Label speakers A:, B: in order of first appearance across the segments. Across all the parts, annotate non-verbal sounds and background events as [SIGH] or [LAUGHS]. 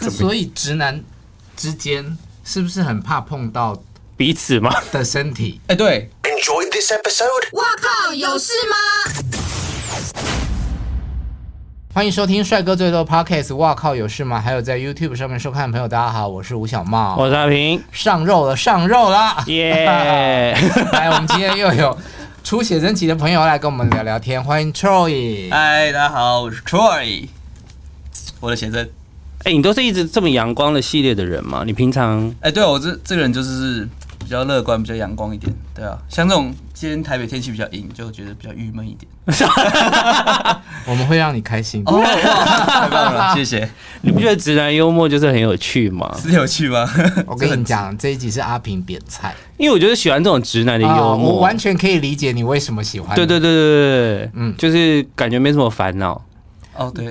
A: 那所以直男之间是不是很怕碰到
B: 彼此嘛，
A: 的身体？
C: 哎，对，
D: Enjoyed this episode?
A: 欢迎收听《帅哥最多 Podcast》，哇靠，有事吗？还有在 YouTube 上面收看的朋友，大家好，我是吴小茂。
B: [LAUGHS] 我是阿平，
A: 上肉了，上肉啦！
B: 耶
A: 来，我们今天又有出写真集的朋友来跟我们聊聊天，欢迎 Troy。
C: 嗨，大家好，我是 Troy，我的写真。
B: [LAUGHS] 哎、你都是一直这么阳光的系列的人吗？你平
A: 嗯
B: 常
C: 哎，对我这这个人就是比较乐观，比较阳光一点，对啊。像这种今天台北天气比较阴，就觉得比较郁闷一 [LAUGHS] 点。
A: 我们会让你开心。
C: 哦，哇太棒了，谢谢，
B: 你不觉得直男幽默就是很有趣吗？
C: 是有趣吗？
A: 我跟你讲，这一集是阿平点菜
B: 因为我就是喜欢这种直
C: 哎
B: 男的幽
A: 啊，
B: 默，
A: 我完全可以理解你为什么喜欢。
B: 对对对对对对，
A: 嗯
B: 嗯，就是感觉没什么烦恼，
C: 哦，对，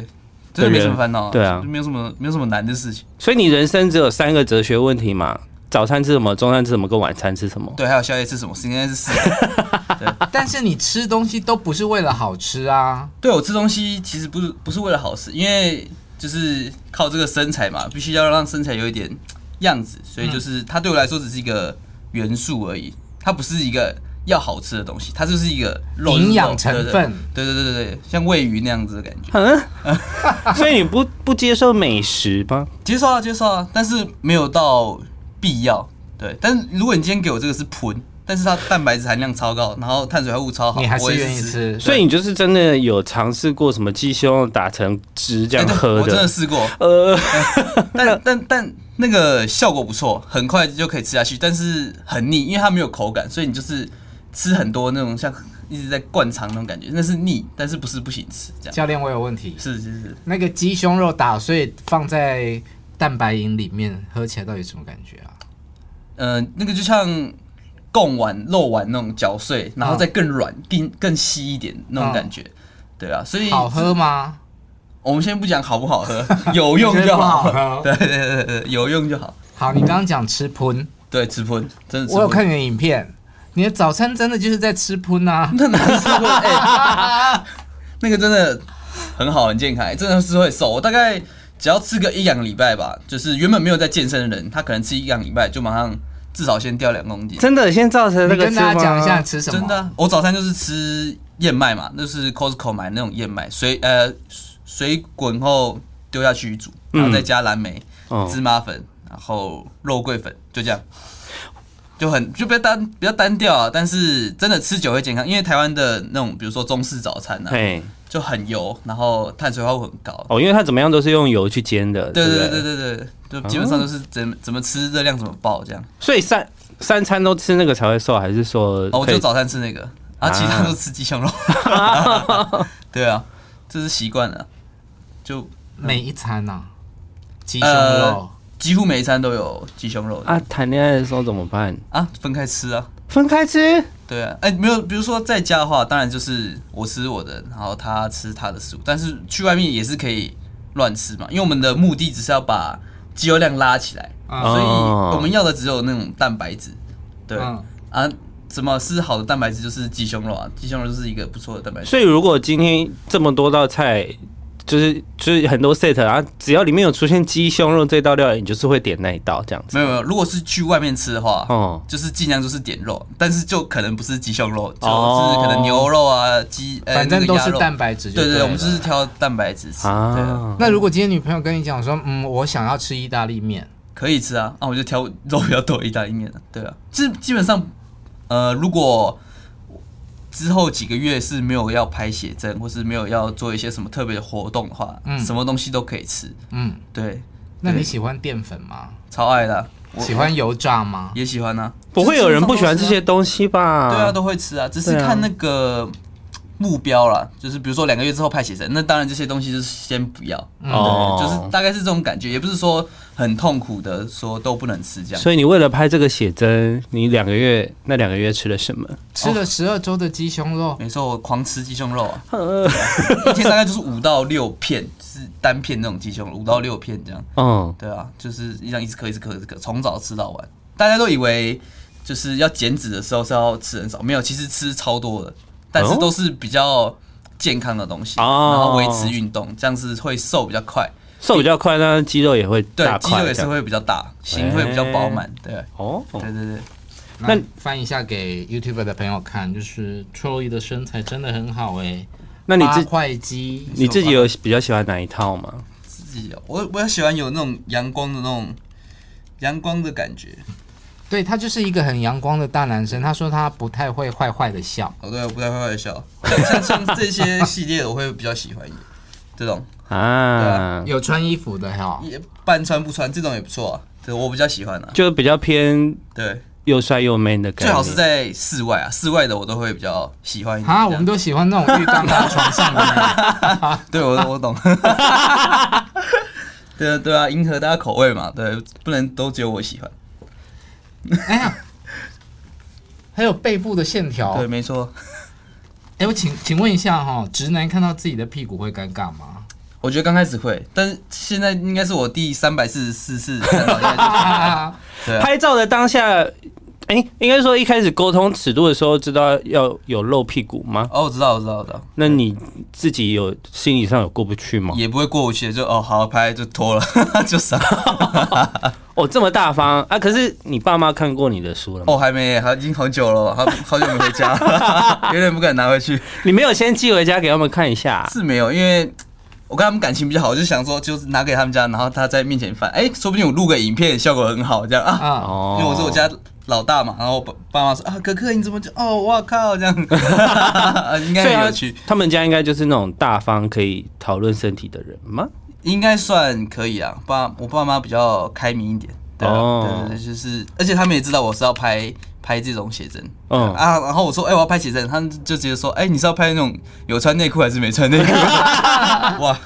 C: 真的没什么烦恼、
B: 对啊
C: 没有什么没有什么难的事情。
B: 所以你人生只有三个哲学问题嘛：早餐吃什么，中餐吃什么，跟晚餐吃什么。
C: 对，还有宵夜吃什么？今天是四。
A: 但是你吃东西都不是为了好吃啊，
C: 对我吃东西其实不是不是为了好吃，因为就是靠这个身材嘛，必须要让身材有一点样子，所以
A: 嗯
C: 就是它对我来说只是一个元素而已，它不是一个要好吃的东西，它就是一个肉
A: 营养成分。
C: 对对对对对对，像喂鱼那样子的感觉。
B: 嗯，
A: [LAUGHS]
B: 所以你不不接受美食吗？
C: 接受啊接受啊，但是没有到必要。对，但是如果你今天给我这个是盆，但是它蛋白质含量超高，然后碳水化合物超好，
A: 你还
C: 我
A: 是
C: 也
A: 愿意
C: 吃。
A: 吃。
B: 所以你就是真的有尝试过什么鸡胸打成汁这
C: 哎
B: 样
C: 对
B: 喝
C: 我真
B: 的？
C: 的试过，
A: [LAUGHS]
B: 呃，
C: [LAUGHS] 但但但那个效果不错，很快就可以吃下去，但是很腻，因为它没有口感，所以你就是吃很多那种像一直在灌肠那种感觉，那是腻，但是不是不行吃这样？
A: 教练，我有问题。
C: 是是是，
A: 那个鸡胸肉打碎放在蛋白饮里面，喝起来到底什么感觉啊？
C: 呃，那个就像贡丸、肉丸那种嚼碎，然后
A: 嗯
C: 再更软、更更稀一点那种感觉。对啊，所以
A: 好喝吗？
C: 我们先不讲好不好
A: [LAUGHS]
C: 喝，有用就
A: 你觉得不好喝
C: [LAUGHS] 对对对对对，有用就好。
A: 好，你刚刚讲吃喷，
C: 对，吃喷真的吃喷。
A: 我有看你的影片，你的早餐真的就是在吃喷啊。
C: [LAUGHS] 那哪是
B: [LAUGHS]
C: 会？哎那个真的很好，很健康，哎真的是会瘦。我大概只要吃个一两个礼拜吧，就是原本没有在健身的人，他可能吃一两个礼拜就马上至少先掉两公斤。
B: 真的先造成那
A: 你
B: 个
A: 跟
B: 吃
A: 大家讲一下
B: 吗，
A: 吃什么？
C: 真的啊、我早餐就是吃燕麦嘛，那是 Costco 买那种燕麦，水呃水滚后丢下去煮，然
B: 嗯
C: 后再加蓝莓、
B: 哦
C: 芝麻粉，然后肉桂粉，就这样。就很就比较单比较单调啊，但是真的吃久会健康，因为台湾的那种比如说中式早餐啊，
B: 嘿，
C: 就很油，然后碳水化合物很高。
B: 哦，因为它怎么样都是用油去煎的，
C: 对
B: 不
C: 对对对对对，就基本上都是怎么怎么吃热量怎么爆这样。
B: 所以三三餐都吃那个才会瘦，还是说
C: 哦，我
B: 可以
C: 就早餐吃那个，啊，其他都吃鸡胸肉。对啊，这是习惯了，就
A: 每一餐呐、啊，鸡胸肉
C: 呃。几乎每一餐都有鸡胸肉
B: 啊
C: 啊？
B: 谈恋爱的时候怎么办？
C: 啊，分开吃啊。
B: 分开吃，
C: 对啊，哎、没有，比如说在家的话，当然就是我吃我的，然后他吃他的食物，但是去外面也是可以乱吃嘛，因为我们的目的只是要把肌肉量拉起来，
A: 啊
C: 所
B: 哦
C: 以我们要的只有那种蛋白质，对、
A: 嗯
C: 啊，什么是好的蛋白质就是鸡胸肉啊，鸡胸肉就是一个不错的蛋白质，
B: 所以如果今天这么多道菜，就是就是很多 set，然后只要里面有出现鸡胸肉这道料理，你就是会点那一道这样子。
C: 没有没有，如果是去外面吃的话，
B: 哦
C: 就是尽量就是点肉，但是就可能不是鸡胸肉，就
B: 哦
C: 是可能牛肉啊、鸡，呃
A: 反
C: 那
A: 正
C: 个
A: 都
C: 鸭
A: 是
C: 肉
A: 蛋白质就
C: 对对
A: 对
C: 对，我们
A: 了
C: 就是挑蛋白质吃，对啊。
B: 啊，
A: 那如果今天女朋友跟你讲说，嗯，我想要吃意大利面，
C: 可以吃啊，那、我就挑肉比较多的意大利面了。对啊，基基本上，呃，如果之后几个月是没有要拍写真，或是没有要做一些什么特别的活动的话，
A: 嗯
C: 什么东西都可以吃。
A: 嗯，
C: 对，
A: 那你
C: 对
A: 喜欢淀粉吗？
C: 超爱的啊、我
A: 喜欢油炸吗？
C: 也喜欢啊，
B: 不会有人不喜欢这
C: 就是
B: 些
C: 通常
B: 东西吧？
C: 啊都吃啊。对啊，都会吃啊，只是
B: 对啊
C: 看那个目标啦，就是比如说两个月之后拍写真，那当然这些东西就是先不要，
B: 哦
C: 对，就是大概是这种感觉，也不是说很痛苦的说都不能吃这样。
B: 所以你为了拍这个写真，你两个月那两个月吃了什么？
A: 吃了十二周的鸡胸肉，
C: 没错，我狂吃鸡胸肉
B: [LAUGHS]
C: 啊，一天大概就是五到六片，就是单片那种鸡胸肉，五到六片这样。
B: 嗯，
C: 对啊，就是一样一直嗑一直嗑一直嗑，从早吃到晚。大家都以为就是要减脂的时候是要吃很少，没有，其实吃超多的，但是都是比较健康的东西，
B: 哦
C: 然后维持运动，这样子会瘦比较快。
B: 瘦比较快，那肌肉也会
C: 对
B: 大，
C: 肌肉
B: 块
C: 也
B: 这
C: 是
B: 样。
C: 会比较大，心会比较饱满。对，啊
B: 哦，
C: 对对对，
A: 那
B: 那
A: 翻一下给 YouTube 的朋友看，就是 Troy 的身材真的很好哎、
B: 那你
A: 八
B: 自
A: 块肌，
B: 你自己有比较喜欢哪一套吗？
C: 自己有我我喜欢有那种阳光的那种阳光的感觉。
A: 对他就是一个很阳光的大男生。他说他不太会坏坏的笑，
C: 哦，对，我不太会坏笑， [LAUGHS] 像像像这些系列我会比较喜欢一点，这种
B: 啊，
A: 有穿衣服的哈，
C: 也半穿不穿这种也不错啊，对我比较喜欢啊。
B: 就比较偏
C: 对，
B: 又帅又 man 的感觉。
C: 最好是在室外啊，室外的我都会比较喜欢一点。
A: 啊，我们
C: 都
A: 都喜欢那种浴缸搭床上
B: [LAUGHS]
A: 的。
C: 对我我懂。 [LAUGHS] 对对啊，迎合大家口味嘛，对，不能都只有我喜欢。
A: 哎呀，还有背部的线条。
C: 对，没错，
A: 哎，我请请问一下哈、直男看到自己的屁股会尴尬吗？
C: 我觉得刚开始会，但是现在应该是我第三百四十四次看到，应该就是
A: 啊，
C: 对啊？
B: 拍照的当下，哎、应该说一开始沟通尺度的时候，知道要有露屁股吗
C: [LAUGHS] 哦，我知道，我知道，我知道，
B: 那你自己有心理上有过不去吗？
C: 也不会过不去，就哦，好拍就脱了， [LAUGHS] 就上。
B: 哦，这么大方啊！可是你爸妈看过你的书了吗？
C: 哦，还没耶，还已经好久了，好好久没回家，
B: [LAUGHS]
C: 有点不敢拿回去。
B: 你没有先寄回家给他们看一下啊、
C: 是没有，因为我跟他们感情比较好，就想说就是拿给他们家，然后他在面前翻，哎、说不定我录个影片效果很好，这样啊。
A: 啊
B: 哦，
C: 因为我是我家老大嘛，然后我爸爸妈说啊，哥哥你怎么就哦，哇靠这样， [LAUGHS] 应该
B: 所以
C: 很
B: 他
C: 有趣，
B: 他们家应该就是那种大方可以讨论身体的人吗？
C: 应该算可以啊。爸，我爸妈比较开明一点，对、啊
B: 哦
C: 对对对，就是，而且他们也知道我是要拍拍这种写真，
B: 嗯
C: 啊，然后我说哎、我要拍写真，他们就直接说哎、你是要拍那种有穿内裤还是没穿内
B: [LAUGHS]
C: 裤？哇，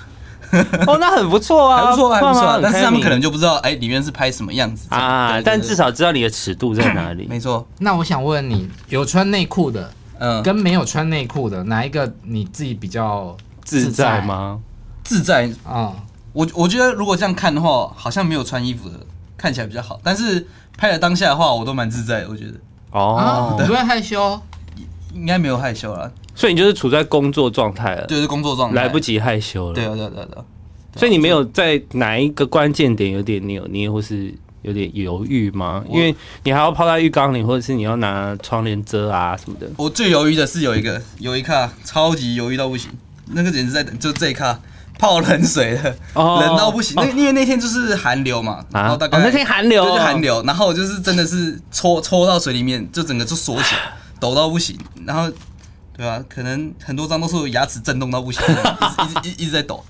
B: [LAUGHS] 哦，那很不错啊，
C: 还不错，还不
B: 爸
C: 错啊
B: 妈，很
C: 但是他
B: 开
C: 们
B: 明
C: 可能就不知道，哎，里面是拍什么样子这样对
B: 啊，
C: 对
B: 但
C: 对
B: 至少知道你的尺度在哪里。
C: 没错，
A: 那我想问你，有穿内裤的
C: 嗯，
A: 跟没有穿内裤的，哪一个你自己比较
B: 自在
A: 在？
B: 吗？
C: 自在。
A: 啊、
C: 我我觉得如果这样看的话，好像没有穿衣服的看起来比较好，但是拍了当下的话，我都蛮自在的，我觉得
A: 啊，你
B: 哦，
A: 不会害羞？
C: 应该没有害羞啦，
B: 所以你就是处在工作状态了，
C: 就是工作状态
B: 呃来不。及害羞了。
C: 对啊，对啊，对啊，对啊。
B: 所以你没有在哪一个关键点有点扭捏，或是有点犹豫吗？因为你还要泡在浴缸里，或者是你要拿窗帘遮啊什么的。
C: 我最犹豫的是有一个有一卡超级犹豫到不行，那个简直在等，就这一卡泡冷水的，
B: 哦
C: 冷到不行。那因为那天就是寒流嘛，然后大概、
B: 哦那天寒流哦
C: 对，就寒流，然后我就是真的是抽抽到水里面，就整个就缩起来，抖到不行，然后对啊，可能很多张都是我牙齿震动到不行，一直一直一直在抖。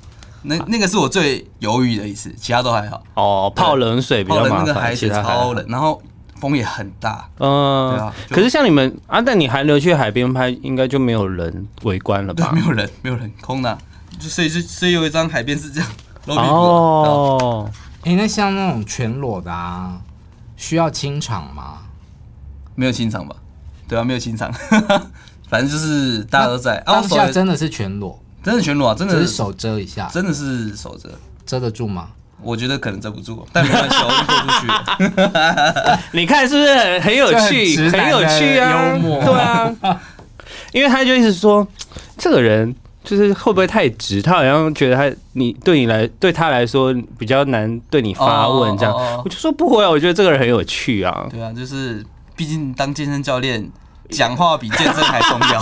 C: 那那个是我最犹豫的一次，其他都还好。
B: 哦，泡冷水比
C: 泡
B: 较
C: 冷
B: 麻
C: 那个
B: 烦，
C: 海
B: 其
C: 水
B: 他还好
C: 超冷，。然后风也很大，对
B: 嗯
C: 啊，就
B: 可是像你们啊，但你寒流去海边拍，应该就没有人围观了
C: 对，
B: 吧
C: 没？有人，没有人，空的啊、就所以就所以有一张海边是这样露屁股的。哦，
B: 哦，
A: 哎、那像那种全裸的啊，需要清场吗？
C: 没有清场吧？对啊，没有清场， [LAUGHS] 反正就是大家都在啊，我
A: 当
C: 手
A: 下
C: 也
A: 真的是全裸，
C: 真的全裸啊，真
A: 只
C: 的
A: 是手遮一下，
C: 真的是守着。
A: 遮得住吗？
C: 我觉得可能遮不住，但没关系，我已经豁出去了。
B: 你看是不是很很有趣，
A: 这很直
B: 很
A: 男
B: 有
A: 的
B: 趣啊？
A: 幽默
B: 对啊，因为他就一直说这个人就是会不会太直，他好像觉得他你对你来对他来说比较难对你发问这样，
C: 哦哦哦哦
B: 我就说不会啊，我觉得这个人很有趣
C: [LAUGHS]
B: 啊。
C: [LAUGHS] 对啊，就是毕竟当健身教练，讲话比健身还重要。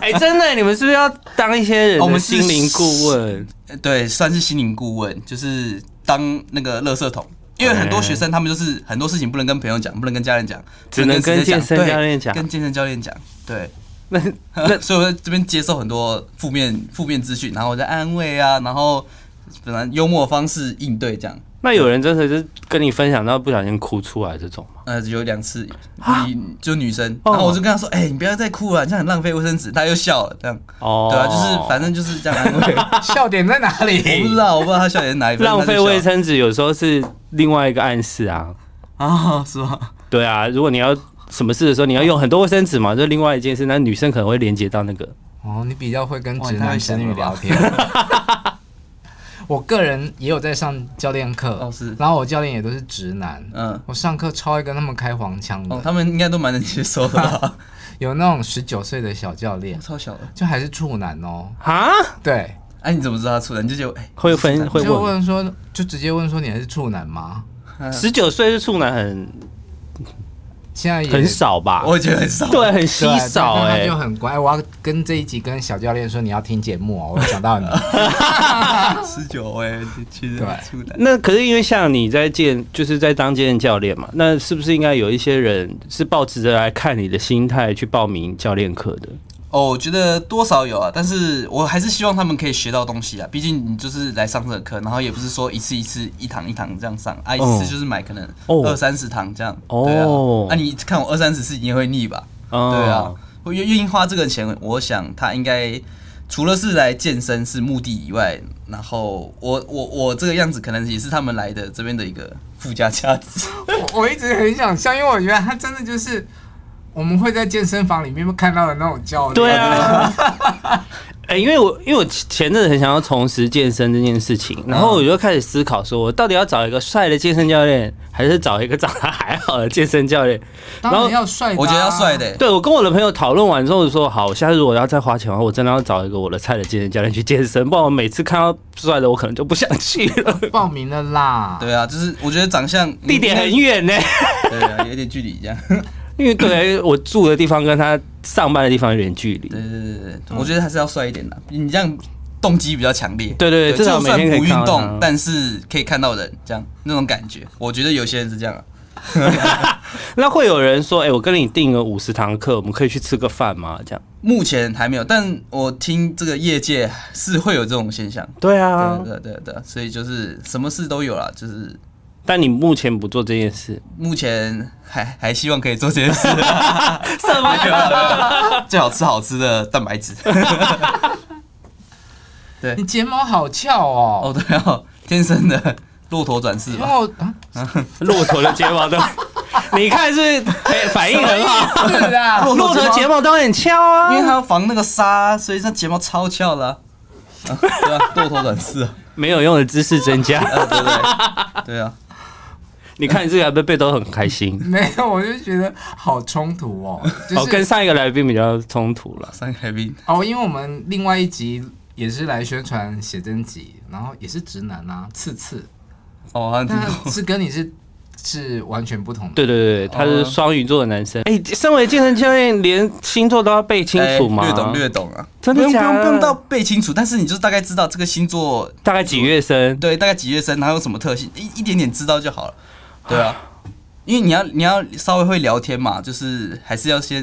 B: 哎、真的，你们是不是要当一些人
C: 我
B: 的
C: 们是
B: 心灵顾问？
C: 呃 [LAUGHS] 对，算是心灵顾问，就是当那个垃圾桶。因为很多学生他们就是很多事情不能跟朋友讲，不能跟家人讲，
B: 只能跟
C: 谁
B: 健身
C: 对
B: 教练讲
C: 跟健身教练讲。对， [LAUGHS]
B: 那那
C: 所以我在这边接受很多负面负面资讯，然后我在安慰啊，然后本来幽默方式应对这样。
B: 那有人真的是跟你分享到不小心哭出来这种吗？
C: 呃，有两次，
B: 啊
C: 你就女生，
B: 哦
C: 然后我就跟她说：“哎、你不要再哭了，这样很浪费卫生纸。”她又笑了，这样，
B: 哦，
C: 对啊，就是反正就是这样安慰。
A: 笑点在哪里？
C: 我不知道，我不知道她笑点在哪里，反正
B: 浪
C: 她就
B: 费
C: 笑
B: 卫生纸有时候是另外一个暗示啊。
C: 啊，是吧？
B: 对啊，如果你要什么事的时候，你要用很多卫生纸嘛，这另外一件事。那女生可能会连接到那个，
A: 哦，你比较会跟
C: 哇
A: 直
C: 你太
A: 男
C: 会
A: 直
C: 想
A: 女
C: 了吧
A: 聊天。 [LAUGHS] 我个人也有在上教练课，
C: 哦是
A: 然后我教练也都是直男，
C: 嗯，
A: 我上课超爱跟他们开黄腔的，
C: 哦，他们应该都蛮能接受的 [LAUGHS] 吧，
A: 有那种十九岁的小教练，
C: 超小的。
A: 就还是处男哦，
B: 啊，
A: 对，
C: 哎、你怎么知道他出来？你就觉得哎，
B: 会分会
A: 就
B: 问。
A: 问说，就直接问说你还是处男吗？
B: 十九岁是处男很
A: 现在也
B: 很少吧？
C: 我也觉得很少。啊
B: 对，很稀
A: 对但
B: 少
A: 但他
B: 哎、
A: 就很乖。我要跟这一集跟小教练说，你要听节目哦，我想
B: [LAUGHS]
A: 到你。
C: 十九哎，其实
A: 对
C: 出来
B: 那可是因为像你在健，就是在当健身教练嘛，那是不是应该有一些人是抱持着来看你的心态去报名教练课的？
C: 哦，我觉得多少有啊，但是我还是希望他们可以学到东西啊。毕竟你就是来上这个课，然后也不是说一次一次一堂一堂这样上，啊，一次就是买可能
B: 嗯哦
C: 二三十堂这样。
B: 哦
C: 对啊，啊，你看我二三十次你也会腻吧？
B: 哦
C: 对啊，我愿愿意花这个钱，我想他应该除了是来健身是目的以外，然后我我我这个样子可能也是他们来的这边的一个附加价值。
A: 我我一直很想笑，因为我觉得他真的就是我们会在健身房里面看到的那种教练。
B: 对，啊， [LAUGHS] 哎、因为我因为我前阵子很想要重拾健身这件事情，然后我就开始思考，说我到底要找一个帅的健身教练，还是找一个长得还好的健身 [LAUGHS] 教练？
A: 当然要帅的啊、
C: 我觉得要帅的、欸，
B: 对我跟我的朋友讨论完之后说，好，我下次如果要再花钱的话，我真的要找一个我的菜的健身教练去健身，不然我每次看到帅的，我可能就不想去了。
A: 报名了啦。
C: 对啊，就是我觉得长相
B: [LAUGHS] 地点很，远呢、
C: 对啊，有点距离这样。
B: [LAUGHS] 因为对我住的地方跟他上班的地方有点距离。
C: 对对对对对，我觉得还是要帅一点的，你这样动机比较强烈。
B: 对对对至少
C: 就算
B: 每天可以
C: 不运
B: 看到他
C: 动，但是可以看到人，这样那种感觉，我觉得有些人是这样啊。
B: 那会有人说，哎、我跟你订了五十堂课，我们可以去吃个饭吗？这样？
C: 目前还没有，但我听这个业界是会有这种现象。
B: 对啊
C: 对对对对，所以就是什么事都有啦，就是
B: 但你目前不做这件事，
C: 目前还还希望可以做这件事，什么？最好吃好吃的蛋白质。
A: 你睫毛好翘哦。
C: 哦，对哦，天生的骆驼转世
A: 因为
C: 吧？
A: 我啊
B: 骆驼的睫毛 [LAUGHS] 都，你看是不是哎反应很好，
A: 是啊，
C: [LAUGHS]
B: 骆驼睫毛都很翘
C: 因为它
B: 啊。
C: 要防那个沙，所以它睫毛超翘的啊、啊对啊，骆驼转世啊，
B: 没有用的知识增 [LAUGHS] 加，
C: 啊对对对啊，
B: 你看你这个贝贝都很开心。
A: 没有，我就觉得好冲突哦，就
B: 哦，跟
A: 是
B: 上一个来宾比较冲突了。
C: 三个来宾
A: 哦，因为我们另外一集也是来宣传写真集，然后也是直男啊，次次，
C: 哦，好像听
A: 但
C: 过
A: 是跟你是是完全不同的。
B: 对对对，他是双鱼座的男哦生。哎、身为健身教练，连星座都要背清楚吗？
C: 哎略懂略懂啊，
B: 真的
C: 不用
B: 假
C: 不
B: 的
C: 用不用到背清楚，但是你就是大概知道这个星座
B: 大概几月生？
C: 对，大概几月生，然后有什么特性，一一点点知道就好了。
A: [LAUGHS]
C: 对啊，因为你要你要稍微会聊天嘛，就是还是要先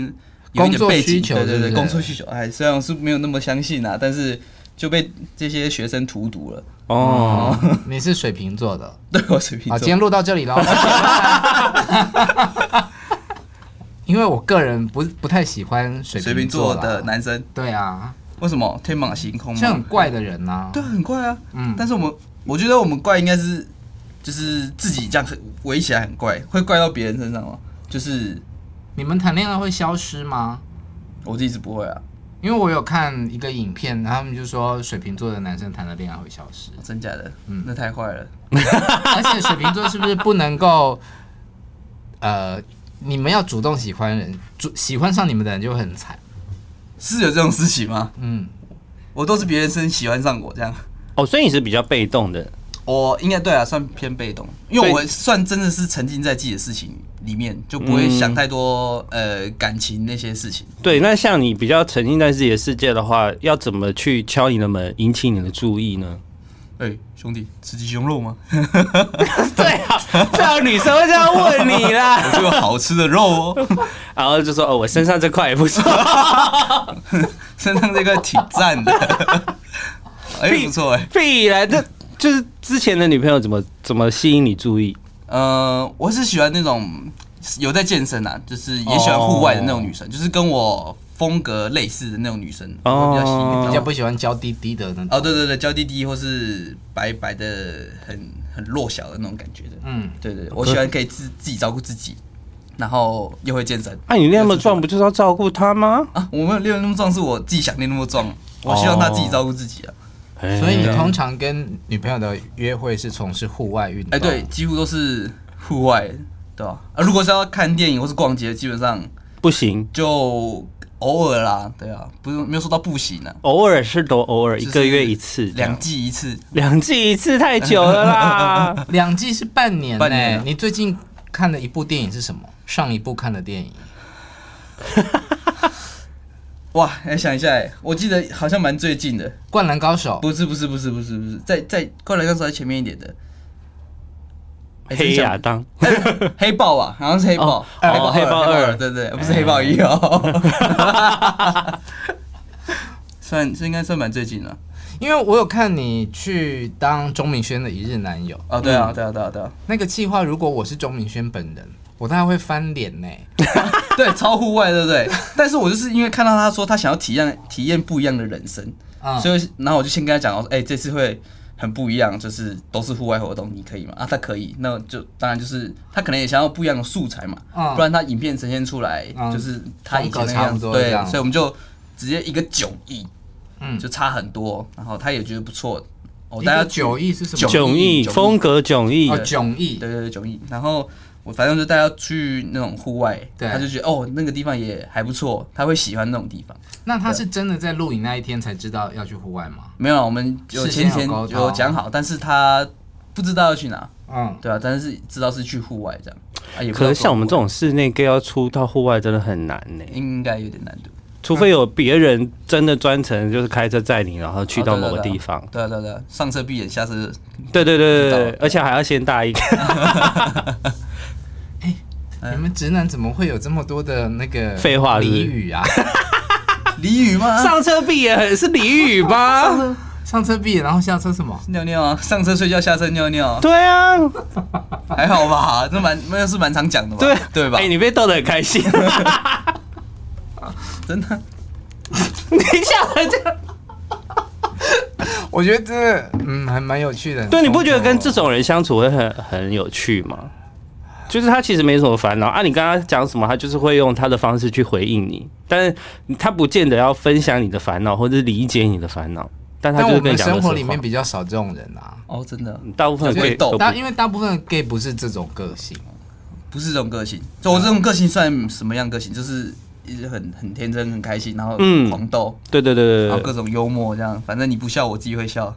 C: 有
A: 工
C: 一点
A: 作
C: 背
A: 需
C: 景，
A: 求
C: 对
A: 是
C: 对
A: 不
C: 对，
A: 是
C: 工作需求。哎，虽然我是没有那么相信啊，但是就被这些学生荼毒了。
B: 哦，
A: 你是水瓶座的
C: 对我水瓶
A: 啊，今
C: 座
A: 天，录到这里了。 [LAUGHS] 因为我个人不不太喜欢水
C: 水
A: 瓶
C: 瓶座
A: 啦
C: 的，嗯男生，
A: 对啊，
C: 为什么天马行空
A: 是很
C: 吗？
A: 怪的人呐、
C: 对，很怪啊。
A: 嗯
C: 但是我们我觉得我们怪应该是就是自己这样很围起来很怪，会怪到别人身上吗？就是
A: 你们谈恋爱会消失吗？
C: 我自己是不会啊，
A: 因为我有看一个影片，他们就说水瓶座的男生谈了恋爱会消失，
C: 真假的，那太坏了。
A: [LAUGHS] 而且水瓶座是不是不能够，呃，你们要主动喜欢人，主喜欢上你们的人就会很惨。
C: 是有这种事情吗？
A: 嗯，
C: 我都是别人先喜欢上我这样，
B: 哦，所以你是比较被动的。
C: 我应该对啊，算偏被动，因为
B: 所以
C: 我算真的是沉浸在自己的事情里面，就不会想太多、呃感情那些事情。
B: 对，那像你比较沉浸在自己的世界的话，要怎么去敲你的门，引起你的注意呢？
C: 哎、兄弟，吃鸡胸肉吗？ [LAUGHS]
B: 最好啊最好女生会这样问你啦，
C: 我就有好吃的肉哦，
B: [LAUGHS] 然后就说哦，我身上这块也不 [LAUGHS] 错，
C: 身上这个挺赞的。哎、不错哎、
B: 屁啦，这就是之前的女朋友怎么怎么吸引你注意？
C: 呃，我是喜欢那种有在健身啊，就是也喜欢户外的那种女生，就是跟我风格类似的那种女生，我会比较吸引。
A: 比
C: 比
A: 较
C: 较
A: 不喜欢娇滴滴的那种。
C: 哦，对对对，娇滴滴或是白白的很很弱小的那种感觉的。
A: 嗯，
C: 对对，对我喜欢可以自自己照顾自己，然后又会健身
B: 啊，你那么壮，不就是要照顾她吗？
C: 啊。我没有练那么壮，是我自己想练那么壮，我希望她自己照顾自己啊。
A: 哎所以你通常跟女朋友的约会是从事户外运动？
C: 哎、
B: 哦
C: 对，几乎都是户外，对吧、啊？如果是要看电影或是逛街，基本上
B: 不行，
C: 就偶尔啦，对啊，不用没有说到不行啊，
B: 偶尔是多偶尔，一
C: 就是
B: 个月一次，
C: 两季一次。
B: 两季一次太久了
A: [LAUGHS]
B: 啦。
A: 两季是半年、欸，
C: 半年啊
A: 你最近看的一部电影是什么？上一部看的电影？
C: 哇，来想一下、哎，我记得好像蛮最近的，
A: 《灌篮高手》
C: 不是不是不是不是不是，在在过来刚才前面一点的。哎
B: 黑亚，当，
C: 真想哎黑豹吧，好像是黑豹
B: 哦，哦黑豹二
C: 对对，不是黑豹一哦。 [LAUGHS] 算是应该算蛮最近了
A: 因为我有看你去当钟明轩的一日男友，
C: 哦，对
B: 嗯
C: 啊，对啊，对啊，对啊，
A: 那个计划，如果我是钟明轩本人，我大概会翻脸呢、
C: [LAUGHS] 对，超户外，对不对？但是我就是因为看到他说他想要体验体验不一样的人生，
A: 啊、
C: 所以然后我就先跟他讲，我说，哎、这次会很不一样，就是都是户外活动，你可以吗？啊，他可以，那就当然就是他可能也想要不一样的素材嘛，
A: 嗯
C: 不然他影片呈现出来、
A: 嗯
C: 就是他以前
A: 风格
C: 那个
A: 差
C: 样
A: 不
C: 子，
A: 多
C: 对
A: 这，样
C: 所以我们就直接一个九亿，
A: 嗯
C: 就差很多，然后他也觉得不错，哦，
A: 一
C: 大家
A: 个九亿是什么？
B: 迥
C: 异
B: 异
C: 迥异
B: 风格迥异
A: 哦，，囧亿，
C: 对对对，九亿，然后。我反正就带他去那种户外，
A: 对
C: 他就觉得哦那个地方也还不错，他会喜欢那种地方。
A: 那他是真的在录影那一天才知道要去户外吗？
C: 没有，我们有
A: 事先有
C: 前天
A: 沟通
C: 有讲好，但是他不知道要去哪，
A: 嗯，
C: 对啊，但是知道是去户外这样啊，也不知
B: 可
C: 道
B: 是像我们这种室内 gay 要出到户外真的很难呢、
C: 应该有点难度。
B: 除非有别人真的专程就是开车载你，然后去到
C: 哦对
B: 某
C: 对
B: 个
C: 对
B: 地方。
C: 对啊对啊对啊，上车闭眼，下车
B: 对对对对
C: 知
B: 对
C: 道，
B: 而且还要先大一个。
A: 嗯你们直男怎么会有这么多的那个
B: 废话是不是
A: 俚语
B: [LAUGHS]
A: 啊？
C: 俚语吗？
B: 上车闭眼很是俚语吧？
A: 上车闭眼，然后下车什么？
C: 尿尿啊，上车睡觉，下车尿尿啊，
B: 对啊，
C: 还好吧？这蛮那是蛮常讲的吧？
B: 对
C: 对吧？
B: 哎、你被逗得很开
A: [LAUGHS]
B: 心，
C: 真的
B: 你笑得这样，
A: 我觉得真的，嗯，还蛮有趣的。
B: 对，你不觉得跟这种人相处会很很有趣吗？就是他其实没什么烦恼啊，你跟他讲什么，他就是会用他的方式去回应你，但是他不见得要分享你的烦恼或者理解你的烦恼，但他
A: 但
B: 就
A: 我
B: 是跟
A: 们
B: 你讲
A: 生
B: 乐色
A: 活里面
B: 话
A: 比较少这种人啊，
C: 哦，真的
B: 大部分的
C: 会
B: gay
C: 抖
B: 都不
A: 大因为大部分的 gay 不是这种个性，
C: 不是这种个性。就我这种个性算什么样个性？就是一直很很天真，很开心，然后
B: 嗯
C: 狂斗，
B: 对对对
C: 然
B: 对
C: 后
B: 对，
C: 各种幽默这样。反正你不笑，我自己会笑。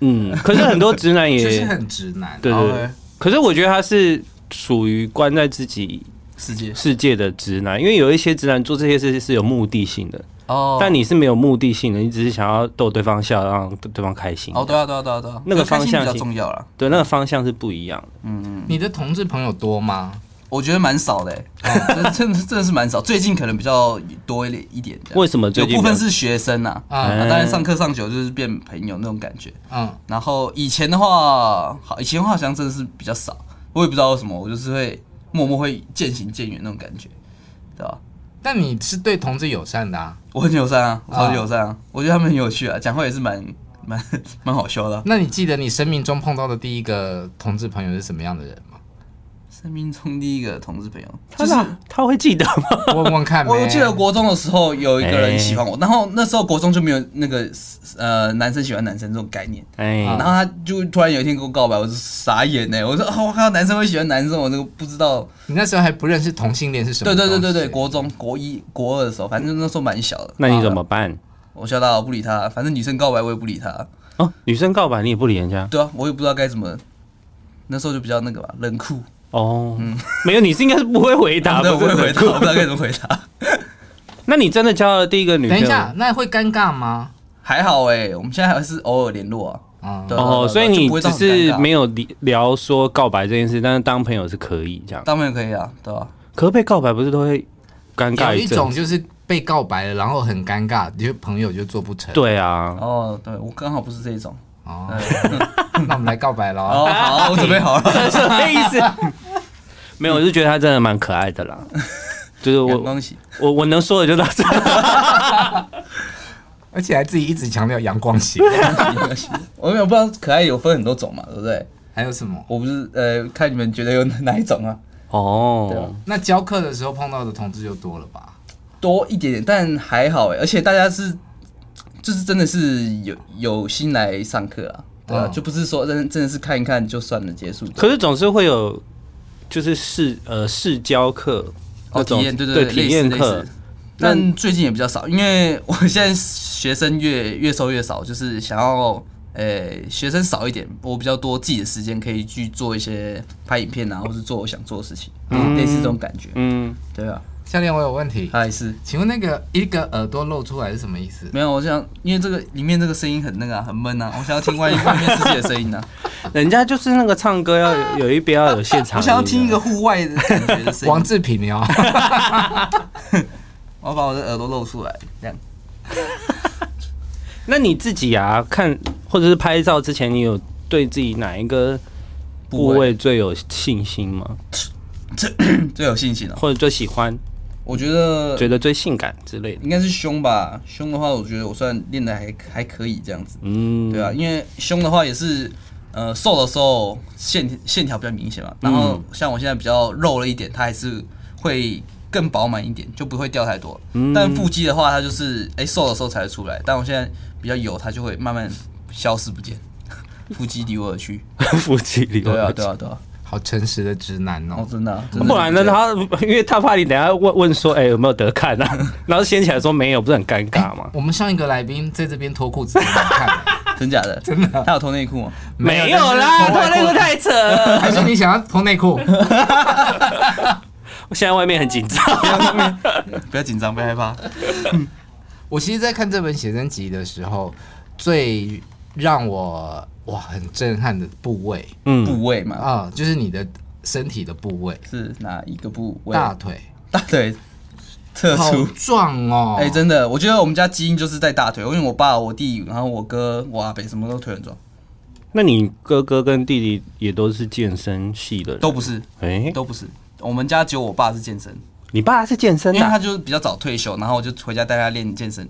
B: 嗯，可是很多直男
A: [LAUGHS]
B: 也，
A: 就是很哎直男。
B: 对
A: 然
B: 对
A: 后
B: 对，可是我觉得他是属于关在自己
C: 世界
B: 世界的直男，因为有一些直男做这些事情是有目的性的，
C: 哦
B: 但你是没有目的性的，你只是想要逗对方笑，让对方开心。
C: 哦，对啊，对啊，对啊，对啊，
B: 那个
C: 开心
B: 方向
C: 比较
B: 性
C: 重要啦。嗯
B: 对，那个方向是不一样的。
A: 你的同志朋友多吗？
C: 我觉得蛮少的、欸，
B: 哦
C: [LAUGHS] 真的真的是真的是蛮少。最近可能比较多一点一点这样
B: 为什么最近
C: 有部
B: 比较
C: 分是学生呐、啊？
A: 啊
C: 啊，当然上课上久就是变朋友那种感觉。
A: 嗯，
C: 然后以前的话，好，以前的话好像真的是比较少，我也不知道为什么，我就是会默默会渐行渐远那种感觉，对吧？
A: 但你是对同志友善的啊，
C: 我很友善啊，我超级
A: 啊
C: 友善啊，我觉得他们很有趣啊，讲话也是蛮蛮蛮好笑的啊、
A: 那你记得你生命中碰到的第一个同志朋友是什么样的人
B: [LAUGHS]
A: 吗？
C: 生命中第一个同事朋友，
B: 就是啊他会记得吗？
C: [LAUGHS]
A: 问问看呗。
C: 我记得国中的时候有一个人喜欢我，然后那时候国中就没有那个呃男生喜欢男生这种概念，然
B: 哎
C: 后，他就突然有一天跟我告白，我就傻眼呢、我说啊，我靠，男生会喜欢男生，我这个不知道。
A: 你那时候还不认识同性恋是什么
C: 对
A: 东
C: 对
A: 西？
C: 对对对，国中国一国二的时候，反正那时候蛮小的。
B: 那你怎么办？
C: 我笑到我不理他，反正女生告白我也不理他。
B: 哦，女生告白你也不理人家
C: 对啊，我也不知道该怎么。那时候就比较那个吧，冷酷，
B: 哦。没有，你是应该是不会回
A: 啊
B: 答，
C: [LAUGHS] 对，我
B: 不
C: 不会
B: 是
C: 回答，我不知道该怎么回答。 [LAUGHS]
B: 那你真的交了第一个女
A: 等
B: 朋
A: 一
B: 友？
A: 下，那会尴尬吗？
C: 还好哎、我们现在还是偶尔联络啊。
A: 啊、
C: 对啊
B: 哦，所以你只是没
C: 有
B: 有聊说告白这件事，但是当朋友是可以这样。
C: 当然可以啊，对吧、
B: 可是被告白不是都会尴尬
A: 有一
B: 阵
A: 种
B: 子？
A: 就是被告白了，然后很尴尬，你就朋友就做不成。
B: 对啊，
C: 哦，对我刚好不是这一种，
A: 哦， [LAUGHS] 那我们来告白
B: 啊
A: 了哦。
C: 哦，
B: [LAUGHS]
C: 好，我准备好了。
B: 什么意思？ [LAUGHS] 没有，我就觉得他真的蛮可爱的
C: [LAUGHS]
B: 啦。就是
C: 阳
B: 我
C: 光喜，
B: 我我能说的就到
C: [LAUGHS]
B: 这。
A: 而且还自己一直强调阳光型，
C: [LAUGHS] 阳光喜我没有不知道可爱有分很多种嘛，对不对？
A: 还有什么？
C: 我不是呃，看你们觉得有哪一种啊？对啊
B: 哦，
A: 那教课的时候碰到的同志就多了吧？
C: 多一点点，但还好哎，而且大家是就是真的是有有心来上课啊，对
B: 哦
C: 啊，
A: 嗯
C: 就不是说真真的是看一看就算了结束的。
B: 可是总是会有，就是试呃试教课那
C: 哦，
B: 种
C: 体验对
B: 对
C: 对，
B: 体
C: 类似
B: 验
C: 类
B: 课
C: 似。但最近也比较少，因为我现在学生越越收越少，就是想要呃学生少一点，我比较多自己的时间可以去做一些拍影片啊，或是做我想做的事情，类似这种感觉。
B: 嗯，
C: 对啊，
A: 教练，我有问题，
C: 还是
A: 请问那个一个耳朵露出来是什么意思？
C: 没有，我想因为这个里面这个声音很那个、啊、很闷啊，我想要听外外面世界的声音啊，
B: 人家就是那个唱歌要有有一边
C: [LAUGHS]
B: 要有现场
C: 我
B: 音啊，
C: 想要听一个户外的感觉的 [LAUGHS] 声
A: 王
C: 音，
A: 志平你哦，
C: 我要把我的耳朵露出来，这样。 [LAUGHS]
B: 那你自己啊，看或者是拍照之前，你有对自己哪一个部位最有信心吗？
C: 最有信心了、
B: 或者最喜欢、
C: 我觉得
B: 觉得最性感之类的？ [LAUGHS]
C: 应该是胸吧，胸的话，我觉得我算练的还还可以这样子，
B: 嗯，
C: 对啊，因为胸的话也是，呃，瘦的时候线线条比较明显嘛，然后像我现在比较肉了一点，它还是会更饱满一点，就不会掉太多。但腹肌的话，它就是哎、瘦的时候才会出来，但我现在比较油，它就会慢慢消失不见， [LAUGHS] 腹肌离我而去。
B: 腹肌里
C: [LAUGHS] 对啊，
B: 面
C: 对啊，对啊，
A: [LAUGHS] 好诚实的直男
C: 哦
A: 哦，。
C: 真的啊、真的
B: 不然呢？他因为他怕你等下问问说，哎、有没有得看啊？然后掀起来说没有，不是很尴尬吗？
A: 哎我们上一个来宾在这边脱裤子给你们看， [LAUGHS]
C: 真假的？真的、他啊有脱内裤吗？
B: 没有啦，
A: 但
B: 他
A: 是
B: 那个太扯了。
A: 还是你想要脱内裤？
B: 我现在外面很紧张。
C: 不要紧张，不要害怕。
A: 我其实，在看这本写真集的时候，最让我哇很震撼的部位
B: 嗯，
C: 部位嘛，
A: 啊、就是你的身体的部位，
C: 是哪一个部位？
A: 大腿，
C: 大腿特
A: 好
C: 殊。
A: 壮哦！
C: 哎、真的，我觉得我们家基因就是在大腿，因为我爸、我弟，然后我哥、我阿伯，什么都腿很壮，
B: 那你哥哥跟弟弟也都是健身系的人？
C: 都不是，
B: 哎、
C: 都不是。我们家只有我爸是健身，
B: 你爸是健身
C: 因为
B: 的啊、
C: 他就是比较早退休，然后我就回家带他练健身，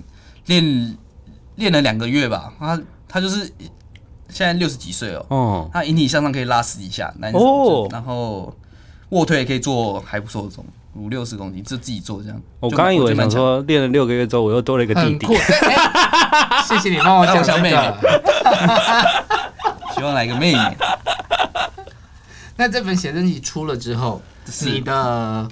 C: 练练了两个月吧。他他就是现在六十几岁哦，
B: 哦，
C: 他引体向上可以拉十几下，男生、
B: 哦
C: 然后卧推也可以做还不错的重，五六十公斤，就自己做这样。
B: 我
C: 就
B: 刚刚以
C: 就
B: 为
C: 蛮
B: 想
C: 强
B: 说练了六个月之后，我又多了一个弟
A: 很
B: 弟
A: 酷。。哎谢谢你帮我讲
C: 哎我想
A: 这
C: 妹
A: 个。
C: 希望来个
B: [LAUGHS]
C: 妹妹。
A: 那这本写真集出了之后，
C: 是
A: 你的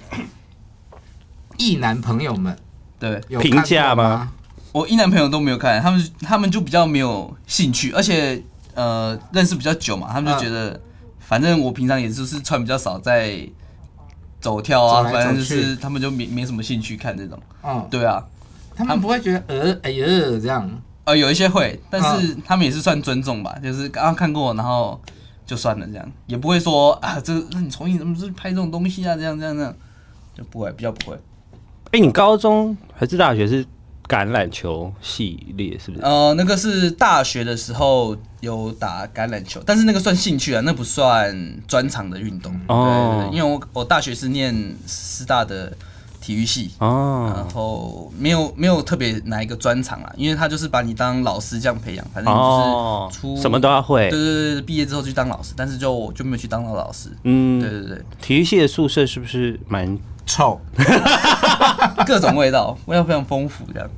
A: 异男朋友们
C: 对，
A: 有
B: 评价
A: 看过
B: 吗
A: 吗？
C: 我一男朋友都没有看，他们他们就比较没有兴趣，而且呃认识比较久嘛，他们就觉
A: 啊
C: 得、反正我平常也就是穿比较少，在走跳啊，
A: 走来走去
C: 反正就是他们就没没什么兴趣看这种。
A: 嗯，
C: 对啊，
A: 他们不会觉得呃哎呀这样，
C: 呃有一些会，但是他们也是算尊重吧，就是刚刚看过，然后就算了这样，也不会说啊这那你从你怎么是拍这种东西啊这样这样这样，就不会比较不会。
B: 哎、你高中还是大学是橄榄球系列是不是？
C: 呃，那个是大学的时候有打橄榄球，但是那个算兴趣啊，那不算专长的运动。
B: 哦
C: 对对对因为我我大学是念师大的体育系，然
B: 哦，
C: 后没有没有特别哪一个专长啦，因为他就是把你当老师这样培养，反正你
B: 哦
C: 就是出、
B: 什么都要会
C: 对对对对，毕业之后去当老师，但是就我就没有去当到老师。对
B: 嗯，
C: 对对，
B: 体育系的宿舍是不是蛮？
A: 臭，
C: 各种味道，味道非常丰富，这样。